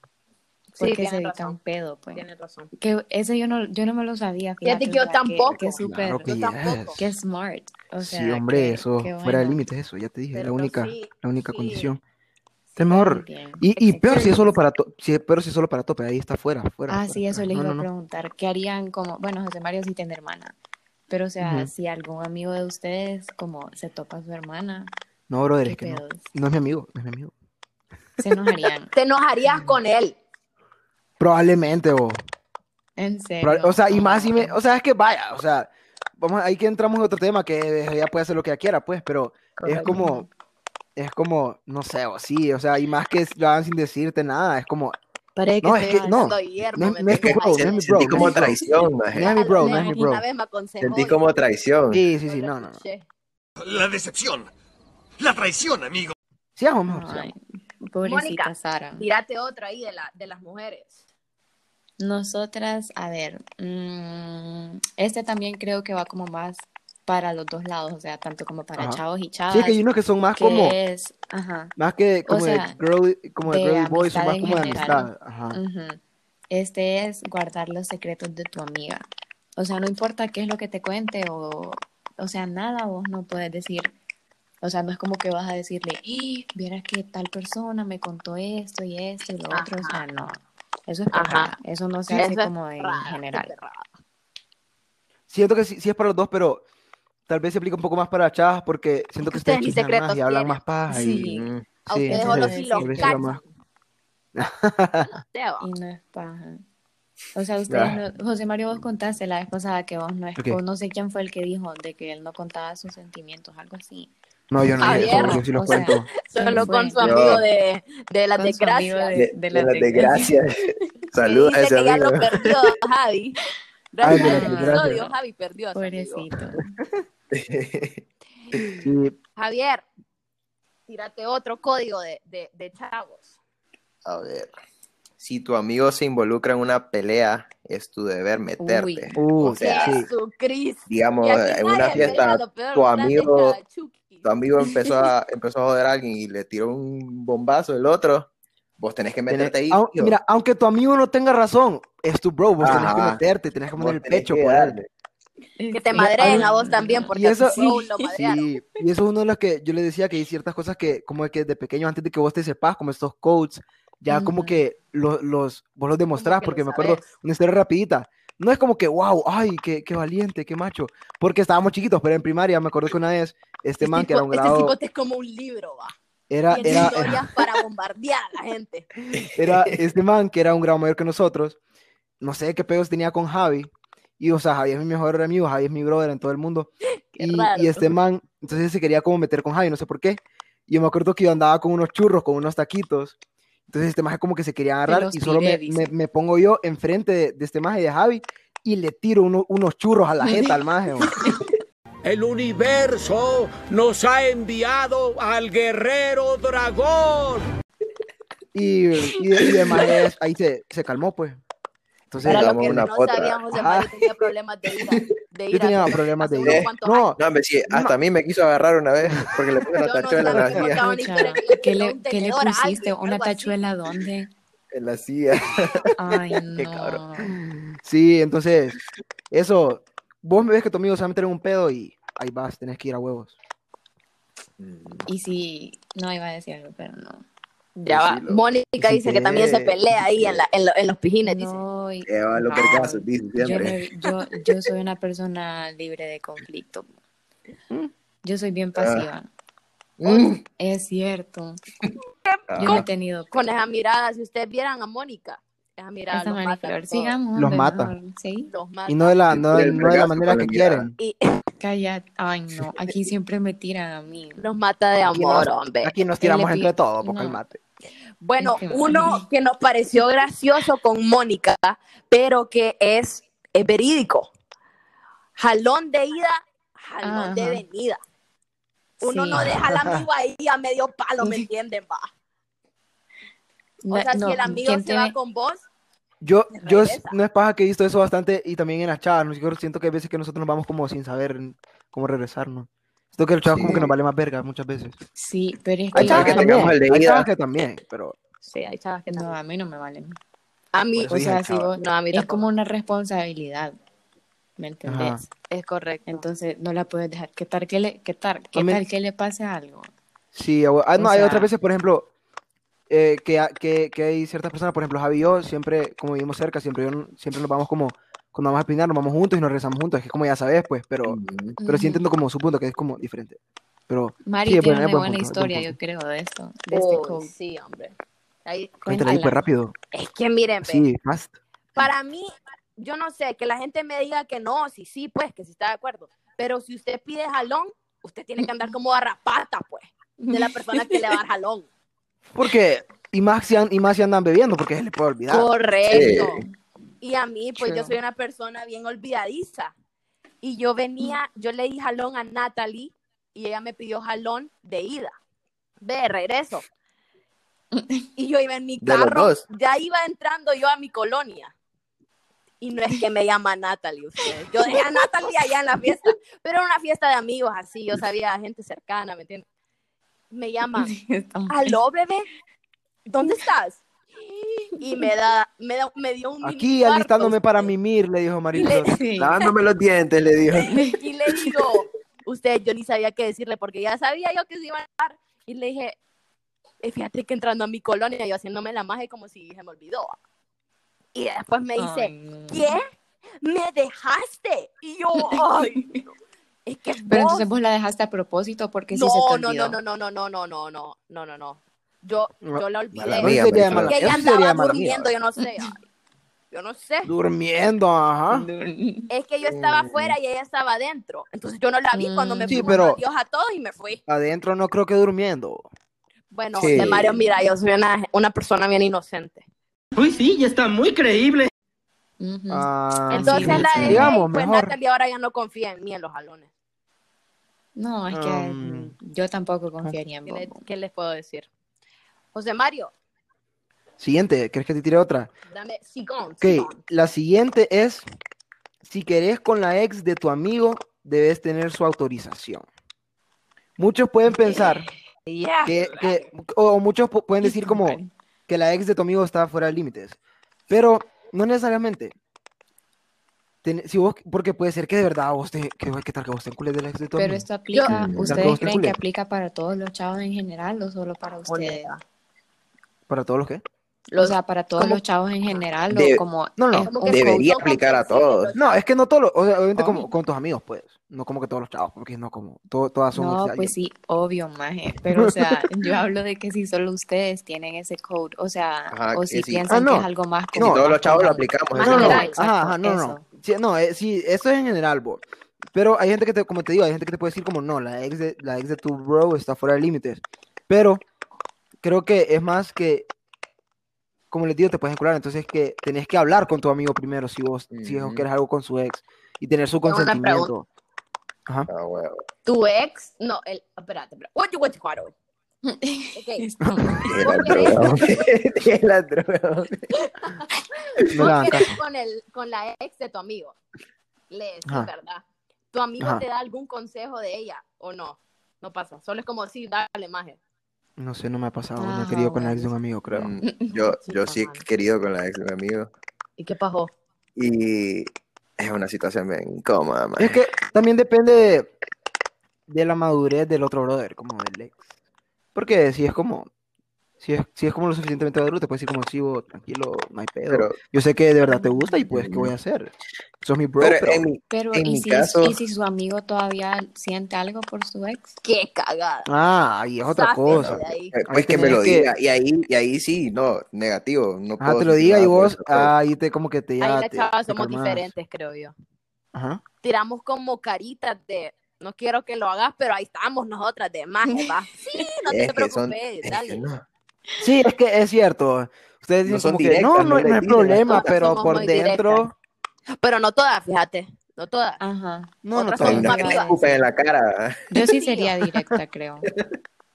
Speaker 5: Porque
Speaker 2: tienen
Speaker 5: se evita
Speaker 2: razón.
Speaker 5: un pedo, pues.
Speaker 2: Tienes razón.
Speaker 5: Que ese yo no, yo no me lo sabía.
Speaker 2: Fíjate que yo
Speaker 5: o sea,
Speaker 2: tampoco.
Speaker 5: Que, súper,
Speaker 1: Claro que
Speaker 2: Yo tampoco.
Speaker 1: yes.
Speaker 5: que smart. O sea,
Speaker 1: sí, hombre,
Speaker 5: que-
Speaker 1: eso
Speaker 5: que
Speaker 1: fuera de
Speaker 5: bueno,
Speaker 1: límites, eso, ya te dije, la
Speaker 2: Pero
Speaker 1: única,
Speaker 2: sí,
Speaker 1: la única
Speaker 2: sí.
Speaker 1: condición.
Speaker 5: sí,
Speaker 1: Es mejor.
Speaker 5: bien.
Speaker 1: Y, y peor si es
Speaker 5: Experience.
Speaker 1: solo para to- si es peor si es solo para tope, ahí está fuera, fuera.
Speaker 5: Ah,
Speaker 1: fuera,
Speaker 5: sí, eso
Speaker 1: fuera.
Speaker 5: les
Speaker 1: No,
Speaker 5: iba
Speaker 1: no,
Speaker 5: a
Speaker 1: no.
Speaker 5: preguntar. ¿Qué harían como, bueno, José Mario sí tiene hermana, Pero, o sea,
Speaker 1: Ujú.
Speaker 5: si algún amigo de ustedes como se topa a su hermana,
Speaker 1: No, brother,
Speaker 5: ¿Qué
Speaker 1: es que no.
Speaker 5: pedos?
Speaker 1: No es mi amigo, no es mi amigo.
Speaker 5: se enojarían.
Speaker 2: Te enojarías
Speaker 1: Mm.
Speaker 2: con él.
Speaker 1: Probablemente, o.
Speaker 5: En
Speaker 1: proba-
Speaker 5: serio.
Speaker 1: O sea, y más si me. O sea, es que vaya, o sea. Vamos, ahí que entramos en otro tema que ella puede hacer lo que ella quiera, pues, pero es
Speaker 5: Correcto.
Speaker 1: como. Es como, no sé, o sí, o sea, y más que lo hagan sin decirte nada, es como,
Speaker 5: Parece que
Speaker 1: No, es
Speaker 5: estoy
Speaker 1: que-
Speaker 5: a-
Speaker 1: no.
Speaker 2: Soy Guillermo,
Speaker 1: No,
Speaker 2: me
Speaker 1: no es
Speaker 2: tengo
Speaker 1: tu bro,
Speaker 2: mal.
Speaker 1: no es mi
Speaker 6: Sentí
Speaker 1: bro,
Speaker 6: como
Speaker 1: no es mi bro.
Speaker 6: traición,
Speaker 1: no
Speaker 6: maje.
Speaker 1: es mi bro, no es
Speaker 2: Una
Speaker 1: mi bro.
Speaker 2: vez me aconsejó
Speaker 6: Sentí
Speaker 2: y
Speaker 6: como traición.
Speaker 1: Sí, sí,
Speaker 2: yo
Speaker 1: sí,
Speaker 2: lo
Speaker 1: no, no, no.
Speaker 2: escuché.
Speaker 3: La decepción. La traición, amigo.
Speaker 1: Sigamos mejor, sigamos.
Speaker 5: Ay, pobrecita
Speaker 2: Mónica.
Speaker 5: Sara.
Speaker 2: Tírate otra ahí de, la, de las mujeres.
Speaker 5: Nosotras, a ver, mm, este también creo que va como más para los dos lados, o sea, tanto como para
Speaker 1: Ajá.
Speaker 5: chavos y chavas,
Speaker 1: Sí, es que hay unos que son más como,
Speaker 5: que es, ajá,
Speaker 1: más que como de
Speaker 5: sea,
Speaker 1: girl, como de
Speaker 5: de
Speaker 1: girly boy, son
Speaker 5: amistad
Speaker 1: más
Speaker 5: en
Speaker 1: como de
Speaker 5: general.
Speaker 1: amistad. Ajá.
Speaker 5: ujú. Este es guardar los secretos de tu amiga. O sea, no importa qué es lo que te cuente o, o sea, nada vos no puedes decir. O sea, no es como que vas a decirle, y vieras que tal persona me contó esto y esto y lo otro, o sea, no. Eso es
Speaker 2: Ajá.
Speaker 5: pecado, eso no se hace
Speaker 2: Eso es
Speaker 5: como en
Speaker 2: raro,
Speaker 5: general.
Speaker 2: súper raro.
Speaker 1: Siento que sí, sí es para los dos, pero tal vez se aplica un poco más para chavas porque siento que
Speaker 2: Ustedes
Speaker 1: ustedes
Speaker 2: ni
Speaker 1: chismean
Speaker 2: secretos
Speaker 1: más y hablan
Speaker 2: tienen.
Speaker 1: más paja. y-
Speaker 5: Sí.
Speaker 6: Mm.
Speaker 2: A
Speaker 1: Sí,
Speaker 2: ustedes
Speaker 5: entonces
Speaker 2: solo
Speaker 5: sí,
Speaker 2: si
Speaker 5: sí,
Speaker 2: los
Speaker 5: tal vez
Speaker 1: iba más.
Speaker 2: cachan. Seba.
Speaker 5: Y no es paja. O sea, ustedes
Speaker 6: Ah.
Speaker 5: no- José Mario, vos contaste la vez pasada que vos no es,
Speaker 1: Ok.
Speaker 5: o no sé quién fue el que dijo de que él no contaba sus sentimientos, algo así.
Speaker 1: No, yo no
Speaker 2: Ah,
Speaker 1: dije eso,
Speaker 2: viejo,
Speaker 1: yo sí los
Speaker 5: o sea,
Speaker 1: cuento.
Speaker 5: ¿Quién
Speaker 2: Solo
Speaker 5: fue?
Speaker 2: con su
Speaker 5: Yo.
Speaker 2: amigo de, de las
Speaker 5: Con su amigo
Speaker 2: desgracias.
Speaker 5: de-
Speaker 6: De,
Speaker 5: de
Speaker 6: de
Speaker 5: las
Speaker 6: las desgracias. Saluda
Speaker 2: que
Speaker 6: a ese
Speaker 2: dice que ya lo
Speaker 6: amigo.
Speaker 2: perdió Javi.
Speaker 1: Ay,
Speaker 2: Gracias al
Speaker 5: mira,
Speaker 2: episodio,
Speaker 1: gracias.
Speaker 2: Javi perdió a su amigo.
Speaker 5: Pobrecito.
Speaker 1: Sí,
Speaker 2: Javier, tírate otro código de, de, de chavos.
Speaker 6: A ver. Si tu amigo se involucra en una pelea, es tu deber meterte.
Speaker 1: uh,
Speaker 6: O sea,
Speaker 1: sí.
Speaker 2: Jesucristo.
Speaker 6: Digamos,
Speaker 2: Y aquí
Speaker 6: en una
Speaker 2: nadie
Speaker 6: fiesta,
Speaker 2: pelea, lo peor,
Speaker 6: tu
Speaker 2: grande
Speaker 6: amigo-
Speaker 2: Chachuqui.
Speaker 6: tu amigo empezó a, empezó a joder a alguien y le tiró un bombazo el otro, vos tenés que meterte ahí.
Speaker 1: Au-
Speaker 6: tío.
Speaker 1: mira, aunque tu amigo no tenga razón, es tu bro, vos tenés que
Speaker 6: Ajá.
Speaker 1: meterte, tenés que
Speaker 6: Vos
Speaker 1: poner el
Speaker 6: tenés
Speaker 1: pecho
Speaker 6: que
Speaker 1: por él.
Speaker 6: darle.
Speaker 2: Que te madreen a vos también, porque
Speaker 1: Y eso-
Speaker 2: a tu bro lo madrearon.
Speaker 1: Sí, y eso es uno de los que yo le decía que hay ciertas cosas que, como que de pequeño, antes de que vos te sepas, como estos codes, ya como
Speaker 5: Ujú.
Speaker 1: que lo- los, vos los demostrás,
Speaker 2: que lo
Speaker 1: porque me acuerdo,
Speaker 2: sabés.
Speaker 1: una historia rapidita. No es como que, wow, ay, qué, qué valiente, qué macho, porque estábamos chiquitos, pero en primaria me acuerdo que una vez este man que
Speaker 2: tipo,
Speaker 1: era un
Speaker 2: este
Speaker 1: grado,
Speaker 2: tipo te es como un libro, va.
Speaker 1: era,
Speaker 2: Tiene
Speaker 1: era, era,
Speaker 2: historias para bombardear a la gente.
Speaker 1: era este man que era un grado mayor que nosotros, no sé qué pedos tenía con Javi, y o sea, Javi es mi mejor amigo, Javi es mi brother en todo el mundo,
Speaker 2: Qué
Speaker 1: y,
Speaker 2: raro.
Speaker 1: y este man, entonces se quería como meter con Javi, no sé por qué, y yo me acuerdo que yo andaba con unos churros, con unos taquitos, entonces este maje como que se quería agarrar,
Speaker 5: los
Speaker 1: y solo
Speaker 5: tiré,
Speaker 1: me,
Speaker 5: dice.
Speaker 1: me- me pongo yo enfrente de, de este maje y de Javi, y le tiro uno- unos churros a la jeta al maje, man.
Speaker 7: El universo nos ha enviado al guerrero dragón.
Speaker 1: y, y, y el maje ahí se, se calmó, pues. Entonces,
Speaker 2: Para
Speaker 6: Sí,
Speaker 2: los
Speaker 6: damos
Speaker 2: que
Speaker 6: una
Speaker 2: no
Speaker 6: potra.
Speaker 2: sabían, José
Speaker 1: Ajá.
Speaker 2: María tenía problemas de ira. De
Speaker 1: yo
Speaker 2: ira
Speaker 1: tenía problemas de
Speaker 2: hace
Speaker 1: ira.
Speaker 2: unos cuantos
Speaker 1: No,
Speaker 6: No, hombre, sí, hasta a mí me quiso agarrar una vez porque le puse una
Speaker 2: Yo no
Speaker 6: tachuela en la
Speaker 2: sabía.
Speaker 6: silla.
Speaker 2: Estaba una historia que le
Speaker 5: Pucha, ¿Qué
Speaker 2: tiró
Speaker 5: le,
Speaker 2: un
Speaker 5: qué le
Speaker 2: tenedor a
Speaker 5: pusiste?
Speaker 2: alguien,
Speaker 5: ¿Una
Speaker 2: algo así.
Speaker 5: tachuela dónde?
Speaker 6: En la silla.
Speaker 5: Ay,
Speaker 6: Qué
Speaker 5: no.
Speaker 6: cabrón.
Speaker 1: Sí, entonces, eso, vos ves que tu amigo se va a meter en un pedo y ahí vas, tenés que ir a huevos.
Speaker 5: Y si, no iba a decir algo, pero no.
Speaker 2: Ya va.
Speaker 6: Decilo.
Speaker 2: Mónica dice que también se pelea ahí en, la- en lo- en los pijines, dice.
Speaker 5: No, y-
Speaker 6: Que va a los
Speaker 5: Wow.
Speaker 2: Ah,
Speaker 6: vergazos, dice
Speaker 5: Yo,
Speaker 6: siempre.
Speaker 5: me- yo, yo soy una persona libre de conflicto. Yo soy
Speaker 2: Ah.
Speaker 5: bien pasiva.
Speaker 6: Mm.
Speaker 5: Es cierto. Yo no he
Speaker 6: Ah,
Speaker 5: tenido
Speaker 2: Con esa mirada, si ustedes vieran a Mónica, esa mirada
Speaker 5: esa
Speaker 2: los mata a
Speaker 5: Mariflor.
Speaker 2: todos.
Speaker 5: Sigamos.
Speaker 1: Los
Speaker 5: hombre,
Speaker 1: mata.
Speaker 5: mejor, Sí.
Speaker 2: Los mata.
Speaker 1: Y no de la, no,
Speaker 6: Sí, el
Speaker 1: no de la
Speaker 6: vergazo
Speaker 1: manera
Speaker 6: con la
Speaker 1: que
Speaker 6: mirada.
Speaker 1: quieren.
Speaker 2: Y
Speaker 5: Calla. Ay, no. Aquí siempre me tiran a mí.
Speaker 2: los mata de
Speaker 1: Aquí nos,
Speaker 2: amor, hombre.
Speaker 1: aquí nos
Speaker 5: Él
Speaker 1: tiramos
Speaker 5: le pi-
Speaker 1: entre todos, pues, porque
Speaker 5: no.
Speaker 1: el mate.
Speaker 2: Bueno,
Speaker 5: Es que-
Speaker 2: uno que nos pareció gracioso con Mónica, pero que es, es verídico. Jalón de ida, jalón
Speaker 5: Ajá.
Speaker 2: de venida. Uno
Speaker 5: Sí.
Speaker 2: no deja al amigo ahí a medio palo, ¿me
Speaker 5: Sí.
Speaker 2: entienden? Va. O
Speaker 5: No,
Speaker 2: sea,
Speaker 5: no,
Speaker 2: si el amigo
Speaker 5: ¿quién
Speaker 2: se
Speaker 5: te
Speaker 2: va
Speaker 5: ve?
Speaker 2: con vos,
Speaker 1: Yo,
Speaker 2: Se
Speaker 1: yo
Speaker 2: regresa.
Speaker 1: no es paja que he visto eso bastante y también en las chavas. ¿no? Yo siento que hay veces que nosotros nos vamos como sin saber cómo regresarnos. Siento que el chavo como que
Speaker 6: Sí.
Speaker 1: nos vale más verga muchas veces.
Speaker 5: Sí, pero es que
Speaker 1: Hay chavas que
Speaker 6: Hay chavas que
Speaker 5: igual-
Speaker 1: también,
Speaker 6: tengamos el de
Speaker 1: hay
Speaker 6: ida.
Speaker 1: chavas que también, pero
Speaker 2: sí, hay chavas que
Speaker 5: No,
Speaker 2: no.
Speaker 5: a mí no me valen.
Speaker 2: A mí,
Speaker 1: Por
Speaker 5: Pues, O
Speaker 1: eso
Speaker 5: sea,
Speaker 1: dije,
Speaker 5: si vos,
Speaker 2: no, a mí
Speaker 5: es
Speaker 2: tampoco.
Speaker 5: como una responsabilidad, ¿me entendés?
Speaker 1: Ajá.
Speaker 2: Es correcto.
Speaker 5: Entonces no la puedes dejar. ¿Qué tal que le, qué tal, qué
Speaker 1: También-
Speaker 5: tal que le pase algo?
Speaker 1: Sí, a hue- ah,
Speaker 5: O
Speaker 1: no, hay otras
Speaker 5: sea-
Speaker 1: veces, por ejemplo, eh, que, ha- que, que hay ciertas personas, por ejemplo, Javi y yo, siempre, como vivimos cerca, siempre, yo- siempre nos vamos como cuando vamos a peinar nos vamos juntos y nos regresamos juntos, es que como ya sabes, pues, pero,
Speaker 6: Mm. Ujú.
Speaker 1: pero sí entiendo como su punto, que es como diferente. Pero
Speaker 5: Mm, Mari
Speaker 1: Sí, es
Speaker 5: tiene
Speaker 1: buena-
Speaker 5: una
Speaker 1: es buen
Speaker 5: buena
Speaker 1: punto, es buen
Speaker 5: historia,
Speaker 1: punto.
Speaker 5: yo creo, de esto. De este
Speaker 2: Uy,
Speaker 5: code.
Speaker 2: sí, hombre. Ahí,
Speaker 1: cuéntale ahí, pues,
Speaker 2: cuéntala.
Speaker 1: rápido.
Speaker 2: Es que miren, ve,
Speaker 1: Sí, fast.
Speaker 2: para mí, yo no sé, que la gente me diga que no, sí, sí, pues, que sí está de acuerdo. Pero si usted pide jalón, usted tiene que andar como garrapata, pues, de la persona que le va a dar jalón.
Speaker 1: Porque, y más, si an- y más si andan bebiendo, porque se le puede olvidar.
Speaker 2: Correcto. Y a mí, pues yo
Speaker 5: True.
Speaker 2: soy una persona bien olvidadiza. Y yo venía, yo le di jalón a Natalie y ella me pidió jalón de ida. Ve, regreso. Y yo iba en mi
Speaker 6: De los
Speaker 2: carro,
Speaker 6: dos.
Speaker 2: ya iba entrando yo a mi colonia. Y no es que me llama Natalie ustedes. Yo dejé a Natalie allá en la fiesta, pero era una fiesta de amigos así, yo sabía gente cercana, ¿me entiendes? Me llama aló bebé, ¿dónde estás? Y me da, me da, me dio un
Speaker 1: Aquí
Speaker 2: mini infarto,
Speaker 1: alistándome para
Speaker 2: usted.
Speaker 1: mimir, le dijo Maricruz.
Speaker 2: Ah,
Speaker 5: Sí.
Speaker 6: Lavándome los dientes, le dijo.
Speaker 2: Y le digo, usted, yo ni sabía qué decirle porque ya sabía yo que se iba a dar. Y le dije, "Eh, fíjate que entrando a mi colonia, yo haciéndome la magia como si se me olvidó. Y después me dice, ¿qué? ¿Me dejaste? Y yo, ay, no. es que
Speaker 5: Pero
Speaker 2: vos
Speaker 5: entonces vos la dejaste a propósito porque
Speaker 2: no,
Speaker 5: sí se te
Speaker 2: no,
Speaker 5: olvidó.
Speaker 2: no, no, no, no, no, no, no, no, no, no, no. Yo, yo la olvidé.
Speaker 6: Mala
Speaker 1: Eso
Speaker 6: mía,
Speaker 1: sería de mala-
Speaker 6: Maricruz.
Speaker 2: que
Speaker 1: pues, eso
Speaker 2: ella
Speaker 1: sería de
Speaker 2: andaba
Speaker 1: mala
Speaker 2: durmiendo,
Speaker 1: mierda.
Speaker 2: yo no sé. ay, Yo no sé.
Speaker 1: Durmiendo,
Speaker 5: Mm.
Speaker 1: ajá. Ah.
Speaker 2: Es que yo estaba afuera y ella estaba adentro. Entonces yo no la vi cuando me
Speaker 1: Sí,
Speaker 2: puso
Speaker 1: pero-
Speaker 2: adiós a todos y me fui.
Speaker 1: Adentro no creo que durmiendo.
Speaker 2: Bueno,
Speaker 6: Sí.
Speaker 2: de Mario, mira, yo soy una, una persona bien inocente.
Speaker 5: Ujú.
Speaker 1: Ah,
Speaker 2: Entonces
Speaker 5: sí,
Speaker 2: la
Speaker 5: sí.
Speaker 2: dejé
Speaker 1: Digamos,
Speaker 2: y pues
Speaker 1: mejor.
Speaker 2: Natalie ahora ya no confía en mí en los jalones.
Speaker 5: No, es que
Speaker 1: Um.
Speaker 5: yo tampoco confiaría en
Speaker 1: Ah.
Speaker 2: ¿Qué,
Speaker 5: vos.
Speaker 2: le- qué les puedo decir? José Mario,
Speaker 1: Siguiente, ¿querés que te tire otra?
Speaker 2: dame sigón,
Speaker 1: Ok, la siguiente es, si querés con la ex de tu amigo, debes tener su autorización. Muchos pueden pensar
Speaker 2: Yeah.
Speaker 1: que, que- o muchos pu- pueden decir como que la ex de tu amigo está fuera de límites, pero no necesariamente. Ten- si vos, porque puede ser que de verdad vos te, que, que tal que vos te encules de la ex de tu
Speaker 5: Pero
Speaker 1: amigo.
Speaker 5: esto aplica,
Speaker 6: Yo-
Speaker 1: Yo-
Speaker 5: ¿ustedes creen que
Speaker 1: Yo-
Speaker 5: aplica para todos los chavos en general o solo para ustedes?
Speaker 1: Para todos los que.
Speaker 5: O sea, para todos los chavos en general
Speaker 6: De-
Speaker 5: o como
Speaker 1: No, no.
Speaker 5: es
Speaker 2: Como
Speaker 5: un
Speaker 2: que
Speaker 6: Debería
Speaker 2: son
Speaker 6: aplicar a
Speaker 2: comprensibles
Speaker 6: todos.
Speaker 2: los
Speaker 1: No, es que no todos, los- o sea, obviamente
Speaker 5: Oh.
Speaker 1: como con tus amigos, pues. No como que todos los chavos, porque no como, to- todas son
Speaker 5: No,
Speaker 1: ex de
Speaker 5: pues sí, obvio, maje. Pero, o sea, yo hablo de que si solo ustedes tienen ese code, o sea,
Speaker 6: Ajá,
Speaker 5: o
Speaker 6: que
Speaker 5: si
Speaker 6: sí.
Speaker 5: piensan
Speaker 1: Ah, no.
Speaker 5: que es algo más
Speaker 6: Si
Speaker 5: como
Speaker 6: todos
Speaker 5: más
Speaker 6: los chavos lo
Speaker 5: común.
Speaker 6: aplicamos.
Speaker 5: Ah,
Speaker 1: No, no,
Speaker 5: Ajá,
Speaker 1: no.
Speaker 5: exacto,
Speaker 1: Ajá, ajá, no, no, no.
Speaker 5: eso.
Speaker 1: Sí, no, eh, sí, eso es en general, bo. Pero hay gente que, te, como te digo, hay gente que te puede decir como, no, la ex de, la ex de tu bro está fuera de límites. Pero creo que es más que, como les digo, te puedes encular. Entonces que tenés que hablar con tu amigo primero si vos, si vos
Speaker 6: Ujú.
Speaker 1: querés algo con su ex y tener su
Speaker 2: Tengo una
Speaker 1: consentimiento. Ajá.
Speaker 6: Ah, huevo.
Speaker 2: Tu ex, no, el, espérate, espérate. Oye, oye, Juaro. Ok,
Speaker 6: Dije la droga. Dije la droga.
Speaker 1: No le hagan
Speaker 2: Vos querés
Speaker 1: caso.
Speaker 2: con, el, con la ex de tu amigo. Le decís,
Speaker 1: Ajá.
Speaker 2: ¿verdad? ¿Tu amigo
Speaker 1: Ajá.
Speaker 2: te da algún consejo de ella o no? No pasa. Solo es como si dale magia.
Speaker 1: No sé, no me ha pasado. No he
Speaker 5: Ajá,
Speaker 1: querido con la
Speaker 5: bueno.
Speaker 1: ex de un amigo, creo.
Speaker 6: Mm, Yo, yo sí he querido con la ex de mi amigo.
Speaker 2: ¿Y qué pasó?
Speaker 6: Y es una situación bien incómoda, maje.
Speaker 1: Es que también depende de, de la madurez del otro brother, como del ex. Porque si es como, si es, si es como lo suficientemente maduro, te puede decir como, sí, vos, tranquilo, no hay pedo.
Speaker 6: Pero,
Speaker 1: Yo sé que de verdad te gusta y pues, ¿qué voy a hacer? Sos mi bro,
Speaker 6: pero
Speaker 1: pero-
Speaker 6: en mi-
Speaker 5: Pero,
Speaker 6: En
Speaker 5: ¿y
Speaker 6: mi
Speaker 5: si,
Speaker 6: caso-
Speaker 5: y si su amigo todavía siente algo por su ex?
Speaker 2: ¡Qué cagada!
Speaker 1: Ah, ahí es otra
Speaker 2: Sáquenlo
Speaker 1: cosa.
Speaker 2: de ahí.
Speaker 6: eh,
Speaker 1: Ahí
Speaker 6: pues que me
Speaker 1: tenés
Speaker 6: lo
Speaker 1: que-
Speaker 6: diga. Y ahí, y ahí sí, no, negativo. No
Speaker 1: Ajá,
Speaker 6: puedo
Speaker 1: te lo
Speaker 6: sentir
Speaker 1: diga y
Speaker 6: nada por
Speaker 1: vos, ah,
Speaker 6: eso, pues.
Speaker 1: ahí te como que te ya
Speaker 2: Ahí las
Speaker 1: te-
Speaker 2: chavas
Speaker 1: te
Speaker 2: somos
Speaker 1: calmás.
Speaker 2: diferentes, creo yo.
Speaker 1: Ajá.
Speaker 2: Tiramos como caritas de, no quiero que lo hagas, pero ahí estamos nosotras de magia, ¿va? Sí, no
Speaker 6: Es
Speaker 2: te
Speaker 6: que son-
Speaker 2: preocupes,
Speaker 6: Es
Speaker 2: dale.
Speaker 6: que no.
Speaker 1: Sí, es que es cierto. Ustedes
Speaker 6: No
Speaker 1: dicen
Speaker 6: son
Speaker 1: como que,
Speaker 6: directas,
Speaker 1: no,
Speaker 6: no
Speaker 1: no,
Speaker 6: les
Speaker 1: no hay
Speaker 6: dicen las
Speaker 1: problema,
Speaker 6: cosas.
Speaker 1: pero
Speaker 2: Somos
Speaker 1: por
Speaker 2: muy
Speaker 1: dentro,
Speaker 2: directas. Pero no todas, fíjate. No todas.
Speaker 5: Ajá.
Speaker 1: no, no,
Speaker 2: Otras
Speaker 1: todo
Speaker 6: Hay
Speaker 2: son
Speaker 1: bien.
Speaker 6: unas
Speaker 2: más
Speaker 6: que
Speaker 2: vivas.
Speaker 6: me escupen en la cara.
Speaker 5: Yo
Speaker 2: Sí.
Speaker 5: sí sería directa, creo.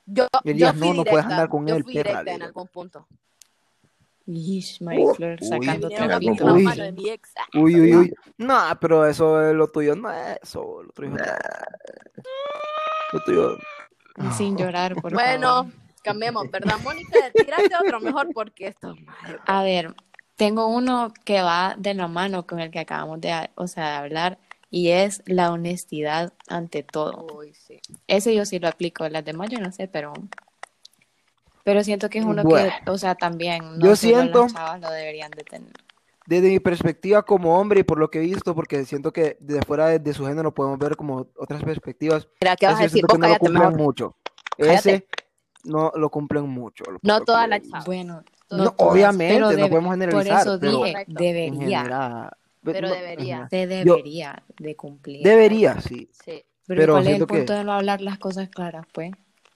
Speaker 2: Yo,
Speaker 1: Y
Speaker 2: yo
Speaker 1: dirías,
Speaker 2: fui
Speaker 1: no, no puedes
Speaker 2: directa,
Speaker 1: andar con
Speaker 2: yo
Speaker 1: él,
Speaker 2: fui
Speaker 1: perra,
Speaker 2: directa
Speaker 1: le
Speaker 2: en
Speaker 1: digo.
Speaker 2: algún punto.
Speaker 5: Yish, Mariflor
Speaker 1: Uy,
Speaker 5: sacando
Speaker 2: Vinieron a
Speaker 6: algún
Speaker 5: trapitos.
Speaker 2: picar la
Speaker 1: Uy.
Speaker 2: mano de mi ex. Ah,
Speaker 1: Uy, uy, uy. No, pero eso es lo tuyo, no es eso, lo tuyo. es otra
Speaker 6: Nah,
Speaker 1: cosa, Lo tuyo.
Speaker 5: Sin llorar, por favor.
Speaker 2: Bueno, cambiemos, ¿verdad, Mónica? Tírate otro mejor porque esto es malo.
Speaker 5: A ver, tengo uno que va de la mano con el que acabamos de, o sea, de hablar y es la honestidad ante todo.
Speaker 2: Uy, sí.
Speaker 5: Ese yo sí lo aplico, las demás yo no sé, pero pero siento que es uno
Speaker 1: Bueno.
Speaker 5: que, o sea, también no
Speaker 1: Yo
Speaker 5: solo las
Speaker 1: siento-
Speaker 5: chavas lo deberían de tener.
Speaker 1: Desde mi perspectiva como hombre y por lo que he visto, porque siento que desde fuera de, de su género podemos ver como otras perspectivas,
Speaker 2: Mira, ¿qué vas
Speaker 1: ese
Speaker 2: a
Speaker 1: yo
Speaker 2: decir?
Speaker 1: siento
Speaker 2: Vos
Speaker 1: que no lo
Speaker 2: cállate
Speaker 1: cumplen
Speaker 2: mejor.
Speaker 1: mucho.
Speaker 2: Cállate.
Speaker 1: Ese no lo cumplen mucho. lo-
Speaker 2: No
Speaker 1: lo
Speaker 2: todas
Speaker 1: cumplen
Speaker 2: las
Speaker 1: mucho.
Speaker 2: chavas.
Speaker 5: Bueno,
Speaker 1: No,
Speaker 2: No todas,
Speaker 1: obviamente,
Speaker 5: Ah, pero
Speaker 1: no
Speaker 5: debe-
Speaker 1: podemos
Speaker 5: por
Speaker 1: generalizar,
Speaker 5: eso
Speaker 1: pero
Speaker 5: dije,
Speaker 2: Correcto.
Speaker 1: en
Speaker 5: debería,
Speaker 1: general-
Speaker 2: Pero
Speaker 1: no-
Speaker 2: debería.
Speaker 1: ajá.
Speaker 5: se debería de cumplir.
Speaker 1: Debería, sí.
Speaker 2: Sí.
Speaker 5: Pero,
Speaker 1: pero
Speaker 5: ¿cuál es el
Speaker 1: siento que-
Speaker 5: punto de no hablar las cosas claras, pues?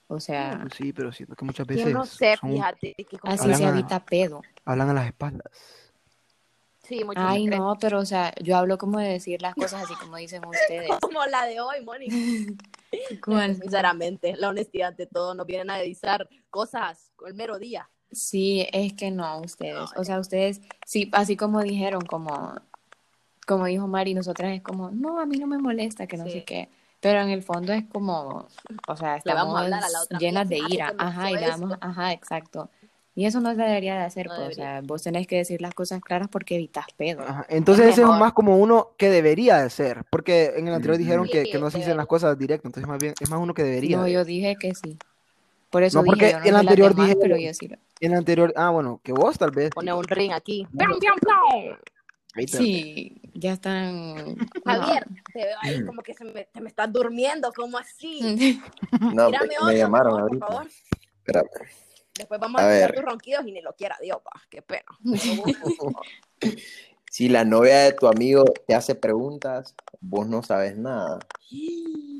Speaker 5: O sea,
Speaker 1: Sí, pero siento que muchas
Speaker 2: Ah. Yo
Speaker 1: veces
Speaker 2: no sé,
Speaker 1: son-
Speaker 2: fíjate. que como-
Speaker 5: así se
Speaker 1: Hablan a-
Speaker 5: evita pedo.
Speaker 1: hablan a las espaldas.
Speaker 2: Sí, muchos
Speaker 5: Ay,
Speaker 2: secretos.
Speaker 5: no, pero o sea, yo hablo como de decir las cosas así como dicen ustedes.
Speaker 2: Como la de hoy, Mónica.
Speaker 5: ¿Cuál?
Speaker 2: Sinceramente, la honestidad de todo. Nos vienen a avisar cosas el mero día.
Speaker 5: Sí, es que no, ustedes. O sea, ustedes, sí, así como dijeron, como, como dijo Mari, nosotras es como, no, a mí no me molesta, que no
Speaker 2: Sí.
Speaker 5: sé qué. Pero en el fondo es como, o sea,
Speaker 2: Le vamos a
Speaker 5: estamos
Speaker 2: hablar a la otra
Speaker 5: llenas de
Speaker 2: persona,
Speaker 5: ira.
Speaker 2: "Ah, que me
Speaker 5: Ajá, y
Speaker 2: hizo
Speaker 5: le damos,
Speaker 2: esto".
Speaker 5: ajá, exacto. Y eso no se debería de hacer,
Speaker 2: No
Speaker 5: pues, o sea, vos tenés que decir las cosas claras porque evitas pedo.
Speaker 1: Ajá, Entonces ese es
Speaker 2: mejor.
Speaker 1: más como uno que debería de ser, porque en el anterior
Speaker 6: Ujú.
Speaker 1: dijeron que, que
Speaker 2: Sí,
Speaker 1: no se dicen
Speaker 2: debería.
Speaker 1: las cosas directo, entonces más bien es más uno que debería.
Speaker 5: No,
Speaker 1: de.
Speaker 5: yo dije que sí. Por eso
Speaker 1: No, porque
Speaker 5: dije, yo no
Speaker 1: el
Speaker 5: sé las
Speaker 1: anterior
Speaker 5: demás,
Speaker 1: dije-
Speaker 5: pero yo sí. lo-
Speaker 1: En el anterior, ah, bueno, que vos tal vez.
Speaker 2: Pone un ring aquí.
Speaker 1: Bueno.
Speaker 2: ¡Piam, piam,
Speaker 1: Ahí te-
Speaker 5: Sí, ya están.
Speaker 2: piam! Javier, te veo ahí como que se me, te me estás durmiendo, como así.
Speaker 5: No.
Speaker 6: No,
Speaker 2: Mírame
Speaker 6: pues, Ah, me-
Speaker 2: otro,
Speaker 6: me llamaron
Speaker 2: por
Speaker 6: ahorita.
Speaker 2: favor.
Speaker 6: Espérame.
Speaker 2: Después vamos a,
Speaker 6: A
Speaker 2: escuchar
Speaker 6: ver.
Speaker 2: tus ronquidos y ni lo quiera Dios, pa, qué pena.
Speaker 6: Si la novia de tu amigo te hace preguntas, vos no sabes nada.
Speaker 5: Yo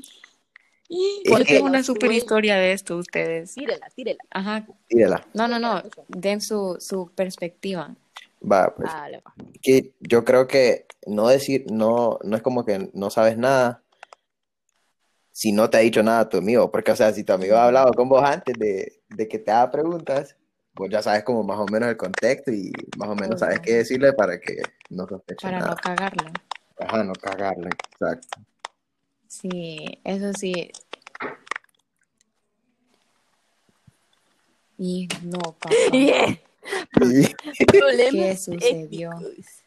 Speaker 6: Es que-
Speaker 5: tengo una super historia de esto, ustedes.
Speaker 2: Tírela, tírela.
Speaker 5: Ajá.
Speaker 6: Tírala.
Speaker 5: No, no, no. Den su, su perspectiva.
Speaker 6: Va, pues.
Speaker 2: Dale, pa.
Speaker 6: que yo creo que no decir, no, no es como que no sabes nada si no te ha dicho nada tu amigo, porque o sea, si tu amigo ha hablado con vos antes de, de que te haga preguntas, pues ya sabes como más o menos el contexto y más o menos sabes
Speaker 5: Ujú.
Speaker 6: qué decirle para que no sospeche
Speaker 5: Para no
Speaker 6: nada.
Speaker 5: cagarla.
Speaker 6: Ajá, no cagarle, exacto.
Speaker 5: Sí, eso sí. Y no, papá.
Speaker 2: Yeah.
Speaker 6: Y-
Speaker 5: ¿Qué
Speaker 2: Problemas
Speaker 5: sucedió?
Speaker 2: éticos.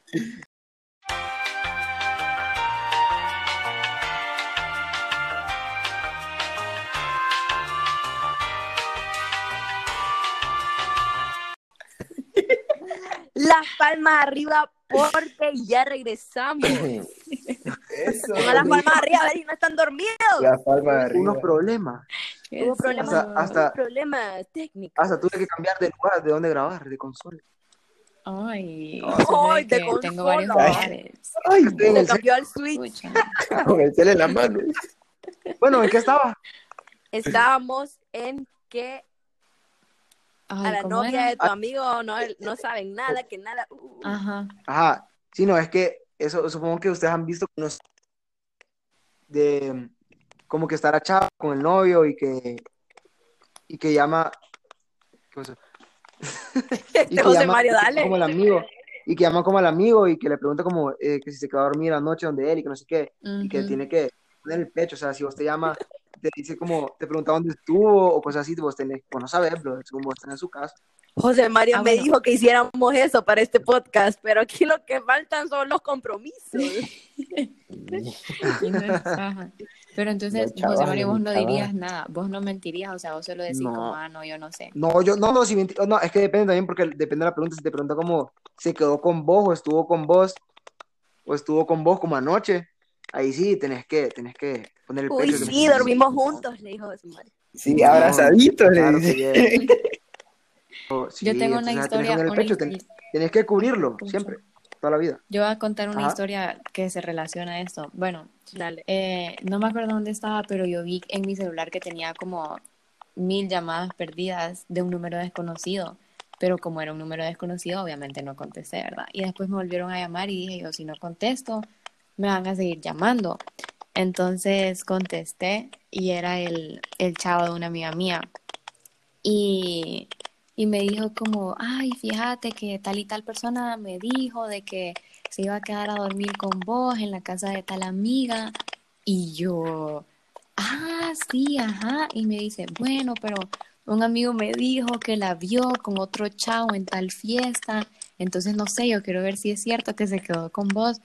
Speaker 2: Las palmas arriba porque ya regresamos.
Speaker 6: Eso.
Speaker 2: Pongan las palmas arriba, a ver si no están dormidos.
Speaker 6: La palma de arriba.
Speaker 1: Unos problemas.
Speaker 2: Hubo problemas,
Speaker 1: Hasta- hasta-
Speaker 2: hubo problemas técnicos.
Speaker 1: Hasta tuve que cambiar de lugar, de dónde grabar, de consola.
Speaker 5: Ay,
Speaker 2: Ay,
Speaker 5: eso es
Speaker 2: te
Speaker 5: que tengo varios
Speaker 2: consola.
Speaker 5: lugares.
Speaker 1: Ay, estoy en
Speaker 2: Se
Speaker 1: el
Speaker 2: cambió al Switch.
Speaker 5: Escucha.
Speaker 6: Ah, Con el cel en la mano.
Speaker 1: cel- Bueno, ¿en qué estaba?
Speaker 2: Estábamos en que
Speaker 5: Ay,
Speaker 2: a la
Speaker 5: ¿cómo
Speaker 2: novia
Speaker 5: era? Ah.
Speaker 2: de tu amigo no, no saben nada, que nada. uh,
Speaker 5: Ajá.
Speaker 1: Ajá. Sí, no, es que eso supongo que ustedes han visto unos de como que estar a chava con el novio y que y que llama ¿qué pasó?
Speaker 2: Este
Speaker 1: que
Speaker 2: José
Speaker 1: llama-
Speaker 2: Mario,
Speaker 1: y que
Speaker 2: dale.
Speaker 1: Como el amigo. Y que llama como al amigo y que le pregunta como eh, que si se quedó a dormir anoche donde él y que no sé qué. Y que
Speaker 5: Ujú.
Speaker 1: tiene que poner el pecho. O sea, si vos te llama, te dice como, te pregunta dónde estuvo o cosas así, vos tenés, pues no sabes, bro, es como están en su casa.
Speaker 2: José Mario
Speaker 5: Ah,
Speaker 2: me
Speaker 5: bueno.
Speaker 2: dijo que hiciéramos eso para este podcast, pero aquí lo que faltan son los compromisos.
Speaker 5: Y no es- ajá. Pero entonces,
Speaker 6: No,
Speaker 5: José
Speaker 6: chaval,
Speaker 5: Mario, vos no
Speaker 6: chaval.
Speaker 5: dirías nada, vos no mentirías, o sea, vos solo decís
Speaker 1: No.
Speaker 5: como, ah, no, yo no sé.
Speaker 1: No, yo, no, no, si menti- no, es que depende también, porque depende de la pregunta, si te pregunta como, ¿se quedó con vos o estuvo con vos? O estuvo con vos como anoche. Ahí sí, tenés que, tenés que poner el
Speaker 2: Uy,
Speaker 1: pecho. tenés
Speaker 2: sí,
Speaker 1: que-
Speaker 2: dormimos juntos, le dijo José Mario.
Speaker 6: Sí, abrazaditos, le
Speaker 1: Claro que
Speaker 6: dice.
Speaker 1: sí. O- sí,
Speaker 5: Yo tengo una
Speaker 1: entonces, tenés que
Speaker 5: historia,
Speaker 1: poner el
Speaker 5: una
Speaker 1: pecho, ten-
Speaker 5: histi-
Speaker 1: tenés que cubrirlo, siempre, toda la vida.
Speaker 5: yo voy a contar una
Speaker 1: Ajá.
Speaker 5: historia que se relaciona a esto. Bueno,
Speaker 2: Dale.
Speaker 5: eh, no me acuerdo dónde estaba, pero yo vi en mi celular que tenía como mil llamadas perdidas de un número desconocido, pero como era un número desconocido, obviamente no contesté, ¿verdad? Y después me volvieron a llamar y dije yo, si no contesto, me van a seguir llamando. Entonces contesté y era el, el chavo de una amiga mía. Y, y me dijo como, ay, fíjate que tal y tal persona me dijo de que se iba a quedar a dormir con vos en la casa de tal amiga. Y yo, ah, sí, ajá. Y me dice, bueno, pero un amigo me dijo que la vio con otro chavo en tal fiesta. Entonces, no sé, yo quiero ver si es cierto que se quedó con vos.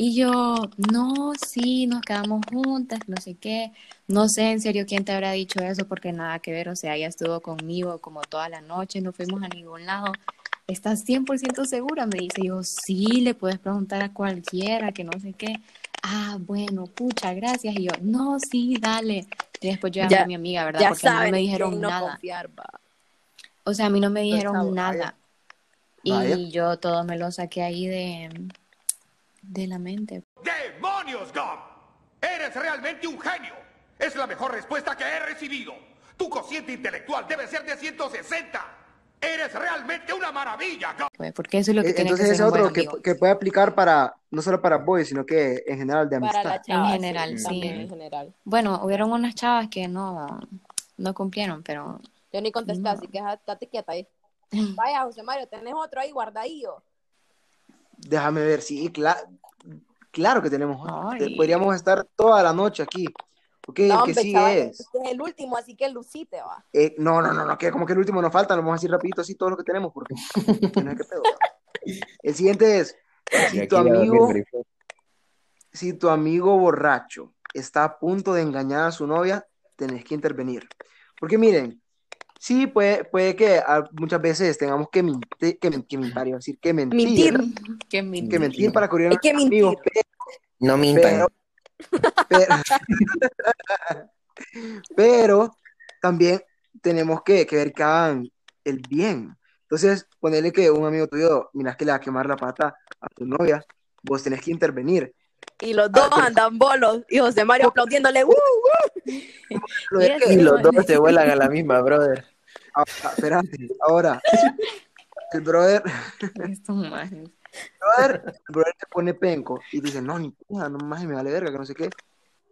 Speaker 5: Y yo, no, sí, nos quedamos juntas, no sé qué. No sé en serio quién te habrá dicho eso, porque nada que ver, o sea, ella estuvo conmigo como toda la noche, no fuimos a ningún lado. ¿Estás 100% segura? Me dice, yo, sí, le puedes preguntar a cualquiera, que no sé qué. Ah, bueno, pucha, gracias. Y yo, no, sí, dale. Y después yo llamé
Speaker 2: Ya-
Speaker 5: a mi amiga, ¿verdad?
Speaker 2: Ya
Speaker 5: Porque a mí
Speaker 2: saben,
Speaker 5: no me
Speaker 2: en
Speaker 5: dijeron
Speaker 2: quién no
Speaker 5: nada.
Speaker 2: confiar, va.
Speaker 5: O sea, a mí no me dijeron
Speaker 2: Entonces, ah,
Speaker 5: nada. Y
Speaker 6: Vaya.
Speaker 5: yo todo me lo saqué ahí de, de la mente.
Speaker 3: ¡Demonios, Gump! ¡Eres realmente un genio! Es la mejor respuesta que he recibido. Tu cociente intelectual debe ser de 160. ¡Eres realmente una maravilla, Gump!
Speaker 5: pues, porque eso es lo que
Speaker 1: Eh,
Speaker 5: tiene que
Speaker 1: Entonces
Speaker 5: ser
Speaker 1: es
Speaker 5: un buen
Speaker 1: otro que,
Speaker 5: amigo.
Speaker 1: que puede aplicar para, no solo para boys, sino que en general de
Speaker 2: Para
Speaker 1: amistad.
Speaker 2: la chava,
Speaker 5: general, sí.
Speaker 2: También en general.
Speaker 5: Bueno, hubieron unas chavas que no, no cumplieron, pero
Speaker 2: Yo ni contesté,
Speaker 5: No.
Speaker 2: así que estate quieta ahí. Vaya, José Mario, tenés otro ahí guardadillo.
Speaker 1: Déjame ver, sí, cla- claro que tenemos.
Speaker 5: Ay.
Speaker 1: Te- Podríamos estar toda la noche aquí. Ok, el que
Speaker 2: hombre,
Speaker 1: sigue
Speaker 2: chaval,
Speaker 1: es.
Speaker 2: este es el último, así que lucite, va.
Speaker 1: eh, no, no, no, no, que como que el último nos falta, lo vamos a decir rapidito así todo lo que tenemos, porque no es que pedo. El siguiente es,
Speaker 6: Y
Speaker 1: si
Speaker 6: aquí
Speaker 1: tu
Speaker 6: ya dormí el
Speaker 1: amigo,
Speaker 6: grifo.
Speaker 1: si tu amigo borracho está a punto de engañar a su novia, tenés que intervenir. Porque miren, sí, puede, puede que ah, muchas veces tengamos que mentir, que, men- que mentar, iba a decir, que mentir,
Speaker 2: Mentir.
Speaker 5: que
Speaker 1: que mentir para cubrir a
Speaker 2: Es que
Speaker 1: nuestros amigos,
Speaker 2: mentir.
Speaker 6: No mintan.
Speaker 1: pero, pero también tenemos que, que ver que hagan el bien. Entonces, ponerle que un amigo tuyo, mirás que le va a quemar la pata a tu novia, vos tenés que intervenir.
Speaker 2: Y los dos andan bolos. Y José Mario aplaudiéndole. ¡Uh!
Speaker 1: Lo de
Speaker 5: Mira,
Speaker 1: que-
Speaker 6: Y los dos se vuelan a la misma, brother.
Speaker 1: ahora, espérate, ahora, el brother,
Speaker 5: Estos majes.
Speaker 1: brother, el brother te pone penco y dice, no, ni puta, no más, me vale verga, que no sé qué.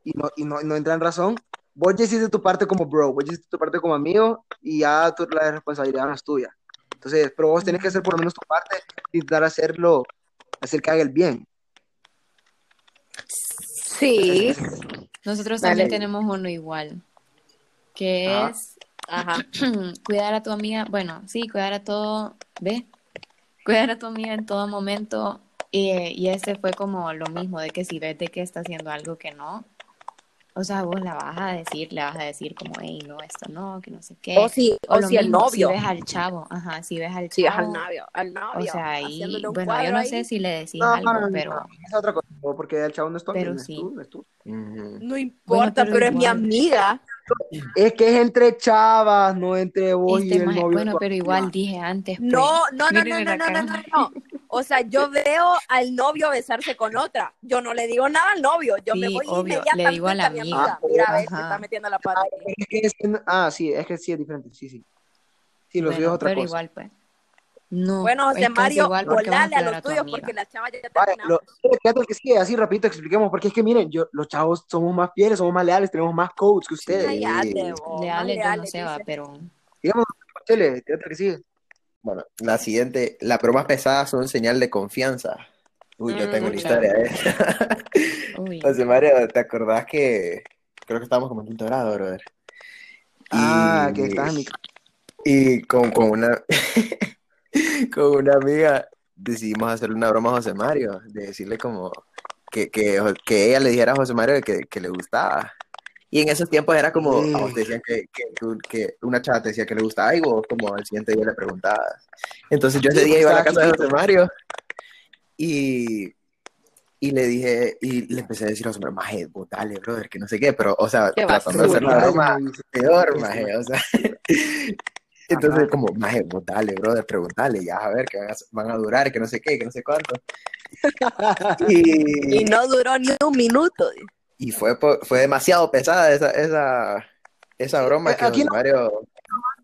Speaker 1: Y no, y no, y no entra en razón. Vos ya hiciste tu parte como bro, vos ya hiciste tu parte como amigo y ya tu, la responsabilidad no es tuya. Entonces, pero vos tenés que hacer por lo menos tu parte, intentar hacerlo, hacer que haga el bien.
Speaker 2: Sí.
Speaker 5: Nosotros
Speaker 2: Dale.
Speaker 5: también tenemos uno igual, que
Speaker 1: Ah.
Speaker 5: es
Speaker 2: Ajá.
Speaker 5: Mm, cuidar a tu amiga, bueno, sí, cuidar a todo, ¿ve? Cuidar a tu amiga en todo momento. Y, y ese fue como lo mismo, de que si ves de que está haciendo algo que no, o sea, vos la vas a decir, le vas a decir como, hey, no, esto no, que no sé qué.
Speaker 2: O si, o
Speaker 5: Eh, lo
Speaker 2: si el
Speaker 5: mismo, si
Speaker 2: novio.
Speaker 5: ves al chavo, ajá, si ves al
Speaker 2: Si ves al
Speaker 5: chavo,
Speaker 2: novio. Al
Speaker 5: o
Speaker 2: novio.
Speaker 5: sea, ahí,
Speaker 2: haciéndole un
Speaker 5: bueno, yo
Speaker 2: cuadro
Speaker 5: no
Speaker 2: ahí.
Speaker 5: sé si le decís
Speaker 1: No,
Speaker 5: algo,
Speaker 1: no, no,
Speaker 5: pero este
Speaker 1: Es otra cosa, porque el chavo no es tu
Speaker 5: Pero
Speaker 1: amigo, no es
Speaker 5: sí.
Speaker 1: tú, no es tú.
Speaker 6: Ujú.
Speaker 2: No importa,
Speaker 5: pero
Speaker 2: pero, es mi
Speaker 5: igual.
Speaker 2: amiga.
Speaker 1: Es que es entre chavas, no entre vos
Speaker 5: este
Speaker 1: y el
Speaker 5: maje-
Speaker 1: novio.
Speaker 5: bueno, pero igual dije antes, pues,
Speaker 2: No, no, no, no, no,
Speaker 5: mírenle la
Speaker 2: no, no,
Speaker 5: cara.
Speaker 2: no, no. O sea, yo veo al novio besarse con otra. Yo no le digo nada al novio. Yo me
Speaker 5: Sí,
Speaker 2: voy
Speaker 5: obvio,
Speaker 2: inmediatamente
Speaker 5: le digo a la
Speaker 2: mi
Speaker 5: amiga.
Speaker 2: Mira, a ver,
Speaker 5: Ajá.
Speaker 2: te está metiendo la pata.
Speaker 1: Pero es que es- ah, sí, es que sí es diferente, sí, sí. Sí, lo
Speaker 5: Bueno,
Speaker 1: suyo es otra
Speaker 5: pero
Speaker 1: cosa.
Speaker 5: igual, pues. No, pues,
Speaker 2: Bueno, José
Speaker 5: entonces
Speaker 2: Mario,
Speaker 5: igual, ¿por qué vas a
Speaker 2: volale a
Speaker 5: cuidar
Speaker 2: los
Speaker 5: tu
Speaker 2: tuyos
Speaker 5: amiga?
Speaker 2: porque la chava ya
Speaker 1: Vaya,
Speaker 2: terminó.
Speaker 1: lo, fíjate que sí, así rapidito expliquemos, porque es que miren, yo, los chavos somos más fieles, somos más leales, tenemos más codes que ustedes.
Speaker 6: Sí.
Speaker 1: eh,
Speaker 2: Cállate, vos,
Speaker 5: Leales,
Speaker 2: más
Speaker 5: yo no
Speaker 2: leales,
Speaker 5: sé, va,
Speaker 2: dice.
Speaker 5: pero
Speaker 1: Digamos, chele, fíjate que sí.
Speaker 6: Bueno, la siguiente, las bromas pesadas son señal de confianza. Uy, yo
Speaker 2: Mm,
Speaker 6: tengo una
Speaker 5: claro.
Speaker 6: historia de esa.
Speaker 5: uy,
Speaker 6: José Mario, ¿te acordás que creo que estábamos como en quinto grado, brother?
Speaker 1: Ah,
Speaker 6: Y-
Speaker 1: que estás en mi casa.
Speaker 6: Y con, con una con una amiga decidimos hacerle una broma a José Mario, de decirle como que, que, que ella le dijera a José Mario que, que le gustaba. Y en esos tiempos era como, a vos te decían que, que, tú- que una chava te decía que le gustaba y vos como al siguiente día le preguntabas. Entonces yo ese
Speaker 1: Sí,
Speaker 6: día iba a la
Speaker 1: estaba
Speaker 6: casa de José Mario y, y le dije, y le empecé a decir a José Mario, maje, vos dale, brother, que no sé qué, pero, o sea,
Speaker 2: Qué
Speaker 6: tratando de hacer la
Speaker 1: Ay,
Speaker 6: broma
Speaker 1: me dice,
Speaker 6: peor,
Speaker 1: Sí, sí.
Speaker 6: maje, o sea. Entonces, como, maje, pues dale, brother, preguntale, ya a ver, que van a, van a durar, que no sé qué, que no sé cuánto.
Speaker 2: Y
Speaker 6: y,
Speaker 2: no duró ni un minuto.
Speaker 6: y fue, po- fue demasiado pesada esa, esa, esa broma que
Speaker 1: eh, Aquí
Speaker 6: José
Speaker 1: no-
Speaker 6: Mario,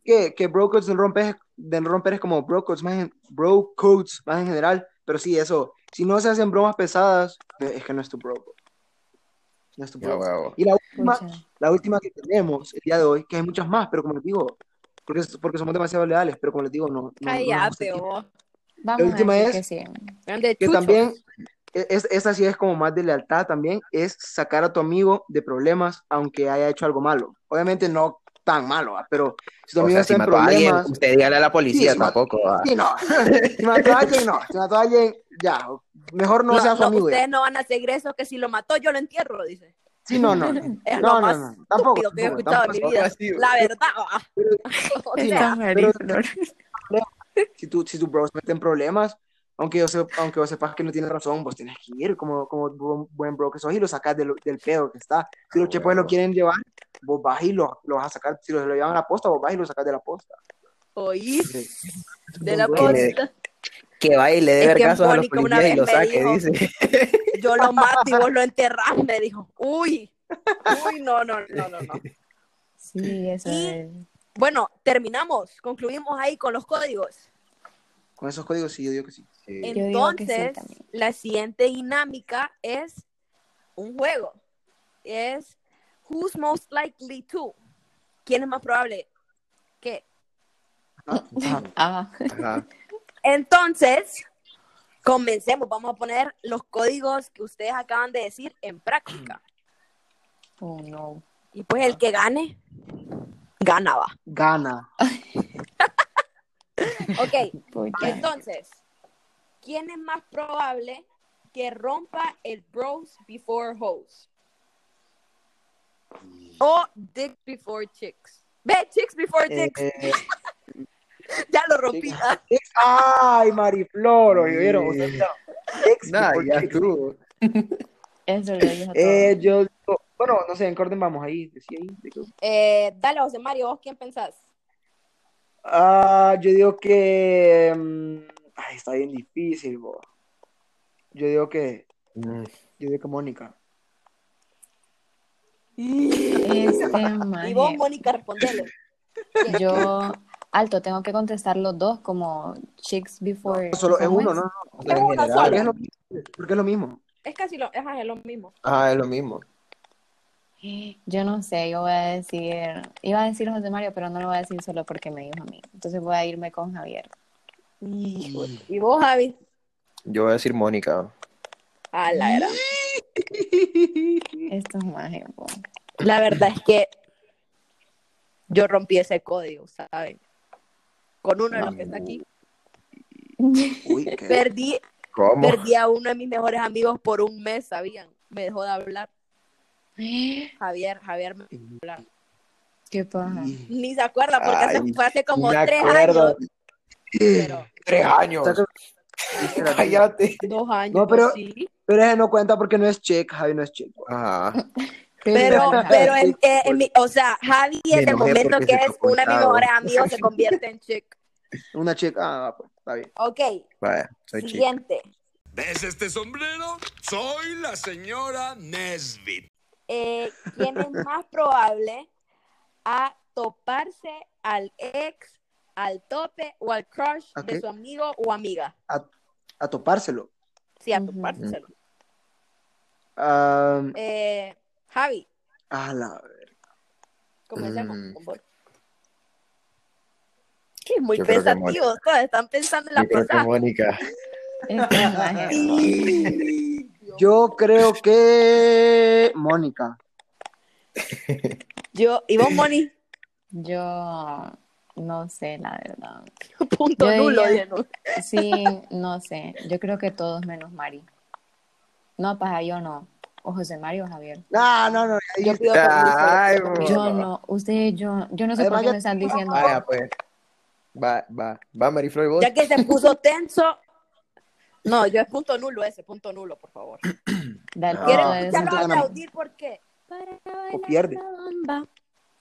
Speaker 1: Que, que bro codes del romper, del romper es como bro codes, más en, bro codes más en general, pero sí, eso, si no se hacen bromas pesadas, eh, es que no es tu bro. code. No es tu
Speaker 6: ya,
Speaker 1: bro. code.
Speaker 6: huevo.
Speaker 1: Y la última,
Speaker 5: pucha,
Speaker 1: la última que tenemos el día de hoy, que hay muchas más, pero como les digo, porque, porque somos demasiado leales, pero como les digo, no. no- no nos
Speaker 2: Cállate,
Speaker 1: gusta.
Speaker 2: vos.
Speaker 5: vamos a
Speaker 1: última
Speaker 5: decir
Speaker 1: es-
Speaker 5: que sí.
Speaker 2: Ande,
Speaker 1: que
Speaker 2: chucho.
Speaker 1: también, e- es, esta sí es como más de lealtad también, es sacar a tu amigo de problemas aunque haya hecho algo malo. Obviamente no tan malo, ¿va? pero si tu
Speaker 6: O
Speaker 1: amigo
Speaker 6: sea,
Speaker 1: está
Speaker 6: si
Speaker 1: en
Speaker 6: mató a alguien,
Speaker 1: problemas...
Speaker 6: usted dígale a la policía
Speaker 1: Sí, si mató-
Speaker 6: tampoco. ah.
Speaker 1: Sí, no. Si mató a alguien, no. Si mató a alguien, ya. Mejor no,
Speaker 2: No,
Speaker 1: sea su
Speaker 2: no,
Speaker 1: amigo. ya.
Speaker 2: ustedes no van a seguir eso, que si lo mató yo lo entierro, dice.
Speaker 1: Sí, no, no.
Speaker 2: Es
Speaker 1: No,
Speaker 2: lo
Speaker 1: no,
Speaker 2: más
Speaker 1: no,
Speaker 2: estúpido
Speaker 1: tampoco,
Speaker 2: que he
Speaker 1: tampoco,
Speaker 2: escuchado en mi
Speaker 6: tampoco
Speaker 2: vida.
Speaker 6: así, güey.
Speaker 2: La verdad. va. Ah, O sea,
Speaker 1: pero-
Speaker 5: Esta Marie Flor.
Speaker 1: Si tú, si tu bro se mete en problemas, aunque, yo se- aunque vos sepas que no tiene razón, vos tienes que ir como, como bu- buen bro que sos y lo sacas del, del pedo que está. Si los
Speaker 6: Ah,
Speaker 1: chepos
Speaker 6: huevo.
Speaker 1: lo quieren llevar, vos vas y lo, lo vas a sacar. Si los- lo llevan a la posta, vos vas y lo sacas de la posta.
Speaker 2: Oí
Speaker 1: Sí.
Speaker 2: de la
Speaker 6: Que le-
Speaker 2: posta.
Speaker 6: Que va y le dé
Speaker 2: Es que
Speaker 6: vergazos a los
Speaker 2: Mónica una
Speaker 6: policías
Speaker 2: vez
Speaker 6: y lo
Speaker 2: me
Speaker 6: saque,
Speaker 2: dijo-
Speaker 6: dice.
Speaker 2: Yo lo mato y vos lo enterrás, me dijo. Uy, uy, no, no, no, no, no.
Speaker 5: Sí, eso
Speaker 2: Y-
Speaker 5: es.
Speaker 2: Bueno, terminamos, concluimos ahí con los códigos.
Speaker 1: Con esos códigos, sí, yo digo que sí.
Speaker 6: Sí.
Speaker 5: Yo digo que sí
Speaker 2: Entonces,
Speaker 5: también.
Speaker 2: la siguiente dinámica es un juego. Es who's most likely to. ¿Quién es más probable que?
Speaker 1: Ajá.
Speaker 5: Ah,
Speaker 6: Ajá.
Speaker 2: Entonces, comencemos. Vamos a poner los códigos que ustedes acaban de decir en práctica.
Speaker 5: oh no.
Speaker 2: Y pues el que gane, ganaba.
Speaker 1: Gana.
Speaker 2: Ok,
Speaker 5: Pucha.
Speaker 2: entonces, ¿quién es más probable que rompa el bros before hoes? O dick before chicks. Ve, chicks before dicks.
Speaker 1: Eh,
Speaker 2: ya lo rompí. ah.
Speaker 1: Ay, Mariflor, ¿oyeron?
Speaker 6: Sí.
Speaker 1: Ustedes dijeron, ex
Speaker 6: Nah,
Speaker 1: before
Speaker 6: ya
Speaker 1: ex.
Speaker 6: estuvo.
Speaker 5: Eso lo dijo todo.
Speaker 1: Eh, yo, digo- bueno, no sé, en qué orden vamos ahí. Decía ahí, de qué-
Speaker 2: Eh, dale, José Mario, ¿vos quién pensás?
Speaker 1: Ah, yo digo que. mm, Ay, está bien difícil, bo. Yo digo que.
Speaker 6: Mm.
Speaker 1: Yo digo que Mónica.
Speaker 5: Este
Speaker 2: Y
Speaker 5: maje.
Speaker 2: vos, Mónica, respondele.
Speaker 5: Yo, alto, tengo que contestar los dos como chicks before.
Speaker 1: Solo es
Speaker 5: ¿cómo
Speaker 1: uno, ¿no?
Speaker 6: Pero en
Speaker 2: uno
Speaker 6: general,
Speaker 1: Porque es
Speaker 2: solo.
Speaker 1: lo, porque es lo mismo.
Speaker 2: Es casi lo, ajá, es lo mismo.
Speaker 6: Ajá, es lo mismo.
Speaker 5: Yo no sé, yo voy a decir, iba a decir José Mario, pero no lo voy a decir solo porque me dijo a mí. Entonces voy a irme con Javier.
Speaker 2: Y vos, Javi.
Speaker 6: Yo voy a decir Mónica.
Speaker 2: A la verdad.
Speaker 5: Esto es mágico.
Speaker 2: La verdad es que yo rompí ese código, ¿saben? Con uno de los que está aquí.
Speaker 1: Uy, qué-
Speaker 2: Perdí,
Speaker 6: ¿Cómo?
Speaker 2: perdí a uno de mis mejores amigos por un mes, ¿sabían? Me dejó de hablar. Javier, Javier me-
Speaker 5: Qué paja.
Speaker 2: ni se acuerda porque
Speaker 6: Ay,
Speaker 2: hace, fue hace como
Speaker 6: me
Speaker 2: tres
Speaker 6: acuerdo.
Speaker 2: años. Pero
Speaker 6: Tres años.
Speaker 1: Está
Speaker 6: Cállate.
Speaker 2: dos años.
Speaker 1: No, pero-
Speaker 2: sí.
Speaker 1: Pero ese no cuenta porque no es check, Javi no es check.
Speaker 6: Ajá.
Speaker 5: Qué
Speaker 2: Pero,
Speaker 5: paja.
Speaker 2: pero en, eh,
Speaker 1: pues.
Speaker 2: en mi- o sea, Javi
Speaker 6: Me
Speaker 2: en el
Speaker 6: enojé
Speaker 2: momento
Speaker 6: porque
Speaker 2: que
Speaker 6: se
Speaker 2: es
Speaker 6: tocó el
Speaker 2: uno de mis
Speaker 6: chavo.
Speaker 2: mejores amigos se convierte en chick.
Speaker 1: Una check, ah, va, pues, está bien.
Speaker 2: Ok,
Speaker 6: Vaya, soy chico.
Speaker 2: siguiente.
Speaker 3: ¿Ves este sombrero? Soy la señora Nesbit.
Speaker 2: Eh, ¿Quién es más probable a toparse al ex, al tope o al crush
Speaker 1: ¿A
Speaker 2: de
Speaker 1: qué?
Speaker 2: su amigo o amiga?
Speaker 1: A topárselo.
Speaker 2: Sí, a
Speaker 5: Ujú.
Speaker 6: Mm.
Speaker 2: topárselo.
Speaker 1: Ah,
Speaker 2: Eh, Javi,
Speaker 1: a la-
Speaker 2: comencemos
Speaker 6: Mm.
Speaker 2: con vos. Sí, muy
Speaker 6: Yo creo que
Speaker 2: pensativos, todos están pensando en la
Speaker 6: Yo creo que
Speaker 2: pasada.
Speaker 6: Mónica.
Speaker 5: Esto es mágico.
Speaker 1: Yo creo que. Mónica.
Speaker 2: Yo, y vos, Moni,
Speaker 5: Yo no sé, la verdad.
Speaker 2: punto
Speaker 5: Yo
Speaker 2: nulo.
Speaker 5: diría-
Speaker 2: oye, no.
Speaker 5: Sí, no sé. Yo creo que todos menos Mari. No, paja, yo no. O José Mario o Javier.
Speaker 1: No, no, no. ya
Speaker 2: Yo
Speaker 1: dije-
Speaker 2: pido permiso.
Speaker 6: Ay,
Speaker 2: yo pido
Speaker 6: bo-
Speaker 2: permiso.
Speaker 5: Yo no, ustedes, yo, yo no sé
Speaker 1: Además,
Speaker 5: por qué
Speaker 1: ya-
Speaker 5: me están diciendo.
Speaker 6: Vaya, pues. Va, va. Va, Mariflor, vos.
Speaker 2: Ya que se puso tenso. No, yo es punto nulo ese, punto nulo, por favor.
Speaker 5: Dale,
Speaker 1: Ah,
Speaker 2: ¿Quieren escucharlo
Speaker 5: todo eso.
Speaker 1: entonces ganamos.
Speaker 2: aplaudir por qué? Para
Speaker 1: O
Speaker 2: bailar
Speaker 1: pierde.
Speaker 2: la bamba.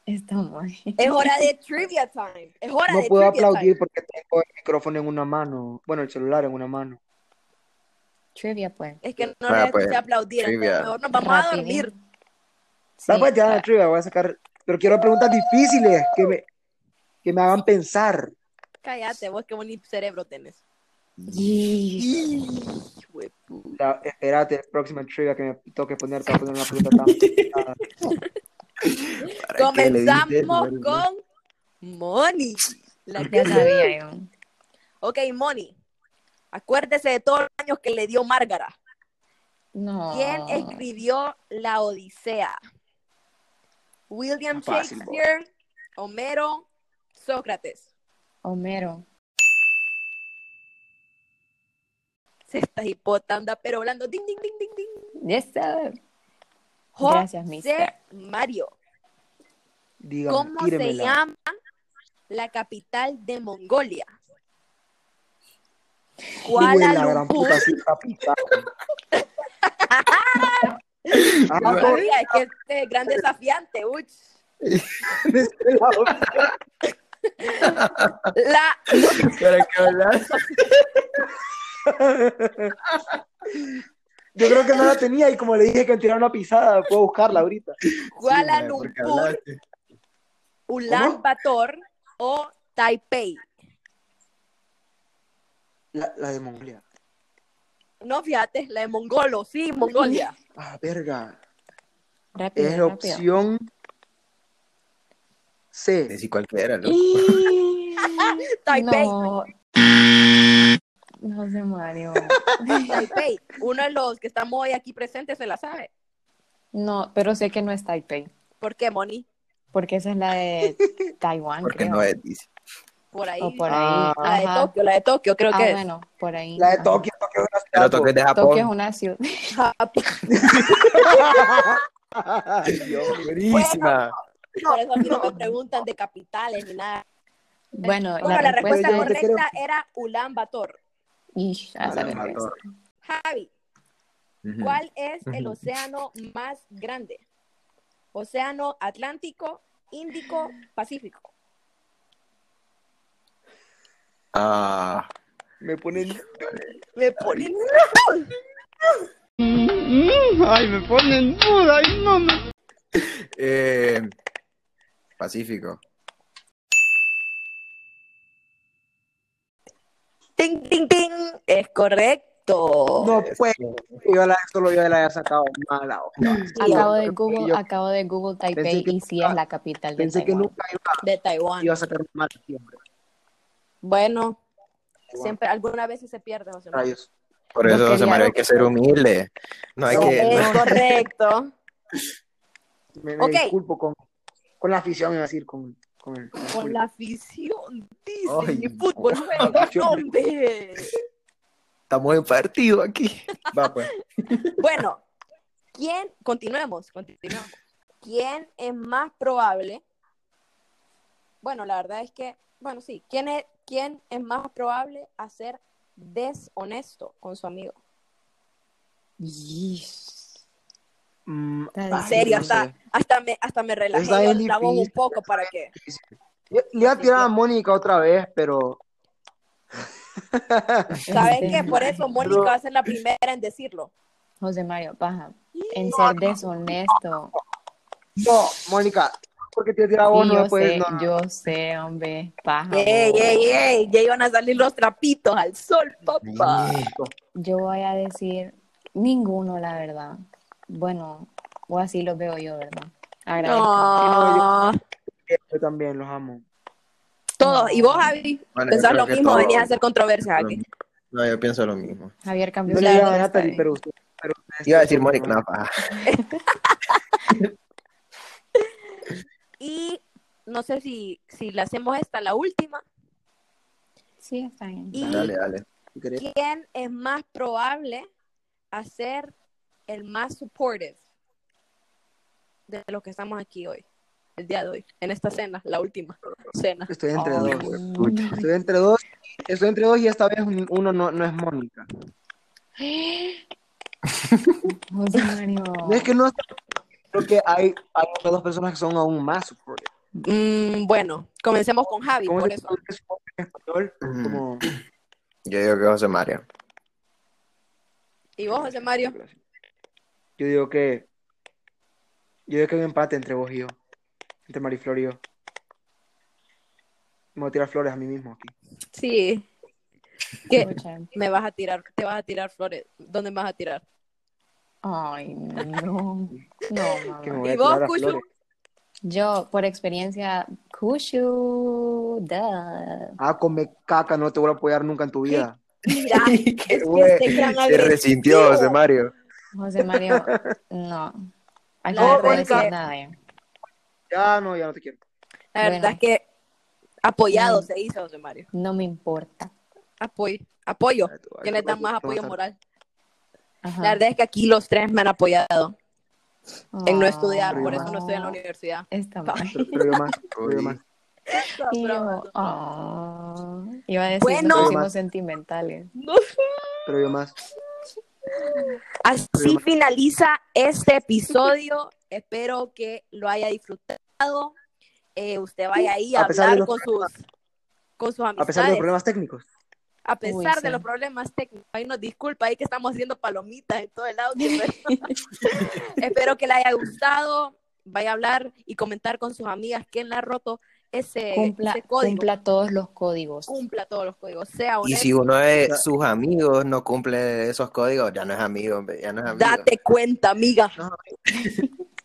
Speaker 5: Está muy.
Speaker 2: Es hora de trivia time. Es hora
Speaker 1: No
Speaker 2: de
Speaker 1: puedo
Speaker 2: trivia
Speaker 1: aplaudir
Speaker 2: time.
Speaker 1: porque tengo el micrófono en una mano. Bueno, el celular en una mano.
Speaker 5: Trivia, pues.
Speaker 2: Es que no
Speaker 6: Vaya,
Speaker 2: les
Speaker 6: pues,
Speaker 2: escuché aplaudir. entonces
Speaker 6: trivia.
Speaker 2: mejor nos vamos a
Speaker 5: Rapidín.
Speaker 2: dormir.
Speaker 5: Sí,
Speaker 1: Va, pues, ya,
Speaker 5: ah,
Speaker 1: trivia, voy a sacar. Pero quiero preguntas difíciles que me, que me hagan pensar.
Speaker 2: Cállate, vos qué bonito cerebro tenés.
Speaker 5: y-
Speaker 1: La- espérate, la próxima trivia que me toque poner para poner una pregunta tan. complicada.
Speaker 6: ¿Para qué le diste,
Speaker 2: Comenzamos
Speaker 6: Mariflor?
Speaker 2: con Moni. La que
Speaker 5: Ya sabía yo.
Speaker 2: Ok, Moni. Acuérdese de todos los años que le dio Márgara.
Speaker 5: No.
Speaker 2: ¿Quién escribió la Odisea? William
Speaker 1: Está fácil, vos.
Speaker 2: Shakespeare, Homero, Sócrates.
Speaker 5: Homero.
Speaker 2: Se está hipotanda, pero hablando ding, ding, ding, ding, ding.
Speaker 5: Ya sabes.
Speaker 2: José
Speaker 5: Gracias, mister.
Speaker 2: Mario.
Speaker 1: Dígame,
Speaker 2: ¿Cómo se
Speaker 1: tíremela.
Speaker 2: llama la capital de Mongolia?
Speaker 1: Hijo de la
Speaker 2: Kuala
Speaker 1: gran
Speaker 2: Lumpur.
Speaker 1: puta, sí, está pitado. Ah,
Speaker 2: Ay,
Speaker 1: con-
Speaker 2: es que este es gran desafiante. uy. La,
Speaker 6: ¿Para qué hablar?
Speaker 1: Yo creo que no la tenía y como le dije que me tirara una pisada, puedo buscarla ahorita.
Speaker 2: Kuala
Speaker 6: Sí, madre, ¿por qué
Speaker 2: Lumpur,
Speaker 6: hablaste?
Speaker 2: Ulan Bator o Taipei.
Speaker 1: La, la de Mongolia.
Speaker 2: No, fíjate, la de Mongolo, sí, Mongolia.
Speaker 1: Ah, verga.
Speaker 5: Rápido,
Speaker 1: Es
Speaker 5: rápido.
Speaker 1: opción C.
Speaker 6: Decí cualquiera, loco.
Speaker 5: Y-
Speaker 2: Taipei.
Speaker 5: No. No sé, Mario.
Speaker 2: Taipei. Uno de los que estamos hoy aquí presentes se la sabe.
Speaker 5: No, pero sé que no es Taipei.
Speaker 2: ¿Por qué, Moni?
Speaker 5: Porque esa es la de Taiwán,
Speaker 6: Porque
Speaker 5: creo.
Speaker 6: no es, dice.
Speaker 2: Por ahí.
Speaker 5: O por ahí.
Speaker 1: Ah.
Speaker 2: La de
Speaker 5: Ajá.
Speaker 2: Tokio, la de Tokio, creo
Speaker 5: Ah,
Speaker 2: que
Speaker 5: bueno, por ahí.
Speaker 1: La de
Speaker 5: Ajá.
Speaker 1: Tokio, Tokio es una
Speaker 6: Pero
Speaker 1: ciudad,
Speaker 6: toque es de Japón.
Speaker 5: Tokio es una ciudad.
Speaker 2: es. Japón.
Speaker 6: Buenísima.
Speaker 2: Por eso a mí no me preguntan de capitales ni nada.
Speaker 5: Bueno,
Speaker 2: Bueno, la, respuesta
Speaker 1: respuesta-
Speaker 2: correcta era Ulan Bator.
Speaker 5: Ish, a saber qué es.
Speaker 2: Javi,
Speaker 6: Ah, Ujú.
Speaker 2: ¿cuál es el
Speaker 6: Ujú.
Speaker 2: océano más grande? Océano Atlántico, Índico, Pacífico.
Speaker 6: Ah,
Speaker 1: Me ponen
Speaker 2: Me ponen
Speaker 6: eh, Pacífico.
Speaker 2: ting ting ting. Es correcto.
Speaker 1: No, pues, yo la, solo yo la había sacado mala.
Speaker 5: Acabo de
Speaker 1: Yo-
Speaker 5: Google,
Speaker 1: yo
Speaker 5: acabo de Google Taipei
Speaker 1: pensé que
Speaker 5: y sí es la capital de
Speaker 1: pensé que
Speaker 5: Taiwán.
Speaker 1: nunca iba,
Speaker 2: De Taiwán.
Speaker 1: iba a sacar mal aquí, hombre.
Speaker 2: Bueno, siempre alguna vez sí se pierde, José Manuel.
Speaker 1: Rayos.
Speaker 6: Por
Speaker 5: No
Speaker 6: eso, José
Speaker 5: quería
Speaker 6: María, hay
Speaker 5: algo.
Speaker 6: que ser humilde. No hay
Speaker 1: No,
Speaker 6: que.
Speaker 2: Es
Speaker 6: no.
Speaker 2: correcto.
Speaker 1: Me, me
Speaker 2: Ok.
Speaker 1: disculpo con, con la afición, iba a decir, con, con el- con el
Speaker 2: Con
Speaker 1: público.
Speaker 2: la afición, dice
Speaker 6: Ay,
Speaker 2: mi fútbol juega, hombre.
Speaker 6: Estamos en partido aquí. Va, pues.
Speaker 2: Bueno, ¿quién? Continuemos, continuemos. ¿Quién es más probable? Bueno, la verdad es que, bueno, sí, ¿quién es, quién es más probable a ser deshonesto con su amigo?
Speaker 5: Ish.
Speaker 1: Mm,
Speaker 5: Está
Speaker 2: En
Speaker 1: ay,
Speaker 2: serio,
Speaker 1: no
Speaker 2: hasta,
Speaker 1: sé.
Speaker 2: hasta me, hasta me relajé
Speaker 1: Está
Speaker 2: yo
Speaker 1: bien
Speaker 2: la voz un
Speaker 1: difícil.
Speaker 2: poco para que.
Speaker 1: Yo- Le iba a tirar a Mónica otra vez, pero
Speaker 2: ¿Saben
Speaker 5: Este
Speaker 2: qué? Por eso Mónica
Speaker 1: Pero-
Speaker 2: va a ser la primera en decirlo.
Speaker 5: José Mario, baja. En ser deshonesto.
Speaker 1: no, Mónica, porque te iba a tirar a vos,
Speaker 5: Sí,
Speaker 1: no
Speaker 5: yo
Speaker 1: puedes,
Speaker 5: sé,
Speaker 1: no, no.
Speaker 5: yo sé, hombre, baja.
Speaker 2: ¡Ey,
Speaker 5: vos.
Speaker 2: ey, ey! Ya iban a salir los trapitos al sol, papá.
Speaker 5: Yo voy a decir ninguno, la verdad. Bueno, o así lo veo yo, ¿verdad? Agradezco.
Speaker 2: No,
Speaker 1: yo también los amo.
Speaker 2: todos. ¿Y vos, Javi?
Speaker 6: Bueno, yo
Speaker 2: ¿Pensás
Speaker 6: creo
Speaker 2: lo
Speaker 6: que
Speaker 2: mismo?
Speaker 6: todo-
Speaker 2: Venías a hacer controversia
Speaker 6: lo
Speaker 2: aquí.
Speaker 6: mismo. No, yo pienso lo mismo.
Speaker 5: Javier cambió
Speaker 1: Yo
Speaker 5: la
Speaker 1: le iba a
Speaker 5: respuesta
Speaker 1: Natalie,
Speaker 5: ahí.
Speaker 1: pero usted. este, Pero ustedes-
Speaker 6: Iba a decir Mónica, no, pa.
Speaker 2: Y no sé si, si le hacemos esta, la última.
Speaker 5: Sí, está bien.
Speaker 2: ¿Y
Speaker 6: Dale, dale.
Speaker 1: si querés.
Speaker 2: quién es más probable a ser el más supportive de lo que estamos aquí hoy? El día de hoy, en esta cena, la última cena.
Speaker 1: Estoy entre
Speaker 5: Ay,
Speaker 1: dos.
Speaker 5: no.
Speaker 1: Estoy entre dos. Estoy entre dos y esta vez un- uno no, no es Mónica.
Speaker 5: José Mario.
Speaker 1: No es que no creo que hay, hay otras dos personas que son aún más supportive.
Speaker 2: Mm, bueno, comencemos con Javi,
Speaker 1: ¿Cómo
Speaker 2: por
Speaker 1: se
Speaker 2: eso.
Speaker 1: traduce supportive en español?
Speaker 6: Ujú.
Speaker 1: Como
Speaker 6: Yo digo que José María.
Speaker 2: ¿Y vos, José Mario?
Speaker 1: yo digo que yo digo que hay un empate entre vos y yo. Entre Mariflor y yo. Me voy a tirar flores a mí mismo aquí.
Speaker 2: Sí. ¿Qué?
Speaker 5: Escucha.
Speaker 2: Me vas a tirar, te vas a tirar flores. ¿Dónde me vas a tirar?
Speaker 5: Ay, no. No,
Speaker 1: Que me
Speaker 5: mamá.
Speaker 1: voy a
Speaker 2: Ah. ¿Y vos,
Speaker 1: tirar a
Speaker 2: Cucho?
Speaker 1: flores.
Speaker 5: Yo, por experiencia, Kushu, duh.
Speaker 1: Ah, come caca, no te voy a apoyar nunca en tu vida.
Speaker 2: Mira, es que
Speaker 6: Güey,
Speaker 2: este gran
Speaker 6: Se resintió José
Speaker 2: agresivo.
Speaker 6: Mario.
Speaker 5: José Mario, no. Aquí
Speaker 2: No,
Speaker 5: no, puedo
Speaker 2: Mónica.
Speaker 5: decir nada. eh.
Speaker 1: Ya no, ya no te quiero.
Speaker 2: La verdad
Speaker 5: Bueno.
Speaker 2: es que apoyado
Speaker 5: Mm.
Speaker 2: se hizo, José Mario.
Speaker 5: No me importa.
Speaker 2: Apoyo. Apoyo.
Speaker 1: Ya, tú, ay,
Speaker 2: ¿Quién le da
Speaker 1: tú,
Speaker 2: más
Speaker 1: tú,
Speaker 2: apoyo
Speaker 1: tú,
Speaker 2: moral?
Speaker 5: Ajá.
Speaker 2: La verdad es que aquí los tres me han apoyado en
Speaker 1: Ah,
Speaker 2: no estudiar,
Speaker 1: Ay,
Speaker 2: por eso no
Speaker 1: no.
Speaker 2: estoy en la universidad.
Speaker 5: Está mal.
Speaker 1: Pero, pero yo más, pero yo más.
Speaker 6: Uy,
Speaker 5: Y yo,
Speaker 2: Pero-
Speaker 5: ah. Iba a decir,
Speaker 2: Bueno.
Speaker 5: nos pusimos sentimentales.
Speaker 1: Pero yo más.
Speaker 2: Así finaliza este episodio. Espero que lo haya disfrutado. Eh, usted vaya ahí a,
Speaker 1: A pesar de los
Speaker 2: hablar con sus con sus amistades.
Speaker 1: A pesar de los problemas técnicos.
Speaker 2: A pesar
Speaker 5: Uy,
Speaker 2: de
Speaker 5: sí.
Speaker 2: los problemas técnicos, ahí nos disculpa, ahí que estamos haciendo palomitas en todo el audio. pero- Espero que le haya gustado. Vaya a hablar y comentar con sus amigas quién le ha roto ese,
Speaker 5: Cumpla,
Speaker 2: eh, ese código. Cumpla.
Speaker 5: cumpla todos los códigos.
Speaker 2: todos los códigos. Sea
Speaker 6: Y
Speaker 2: honesto.
Speaker 6: si uno de sus amigos no cumple esos códigos, ya no es amigo, hombre, ya no es amigo.
Speaker 2: Date cuenta, amiga.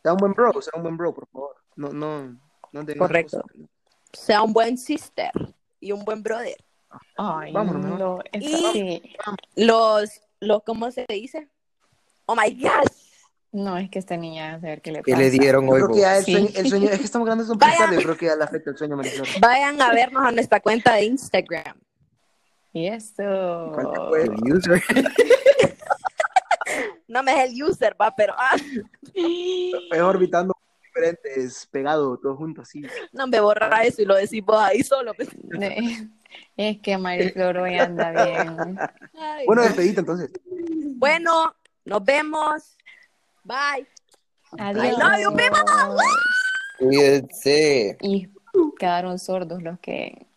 Speaker 1: Sea un buen bro, sea un buen bro, por favor. No, no, no te digas
Speaker 2: Correcto.
Speaker 1: cosas.
Speaker 2: Sea un buen sister y un buen brother.
Speaker 5: Ay,
Speaker 1: Vámonos, ¿no?
Speaker 5: no, eso
Speaker 2: Y-
Speaker 5: sí.
Speaker 2: Los, los, ¿cómo se dice? Oh my gosh.
Speaker 5: No, es que esta niña, a ver qué le
Speaker 6: ¿Qué
Speaker 5: pasa.
Speaker 6: le dieron
Speaker 1: Yo
Speaker 6: hoy?
Speaker 1: creo que
Speaker 6: vos?
Speaker 1: ya el
Speaker 5: Sí.
Speaker 1: sueño, el sueño, es que estamos grandes son
Speaker 2: Vaya.
Speaker 1: pesados, yo creo que ya le afecta el sueño, Marisol.
Speaker 2: Vayan a vernos a nuestra cuenta de Instagram.
Speaker 5: Y eso.
Speaker 1: Cualquier
Speaker 6: Oh, El user.
Speaker 2: No me es el user, va, pero ah,
Speaker 1: Es orbitando diferentes, pegado, todos juntos, así.
Speaker 2: no me borrará eso y lo decís vos ahí solo. pues.
Speaker 5: De- Es que Mariflor hoy anda bien.
Speaker 2: Ay,
Speaker 1: Bueno, despedita entonces.
Speaker 2: Bueno, nos vemos. Bye.
Speaker 5: Adiós.
Speaker 2: love you, people.
Speaker 6: Cuídense.
Speaker 5: Y quedaron sordos los que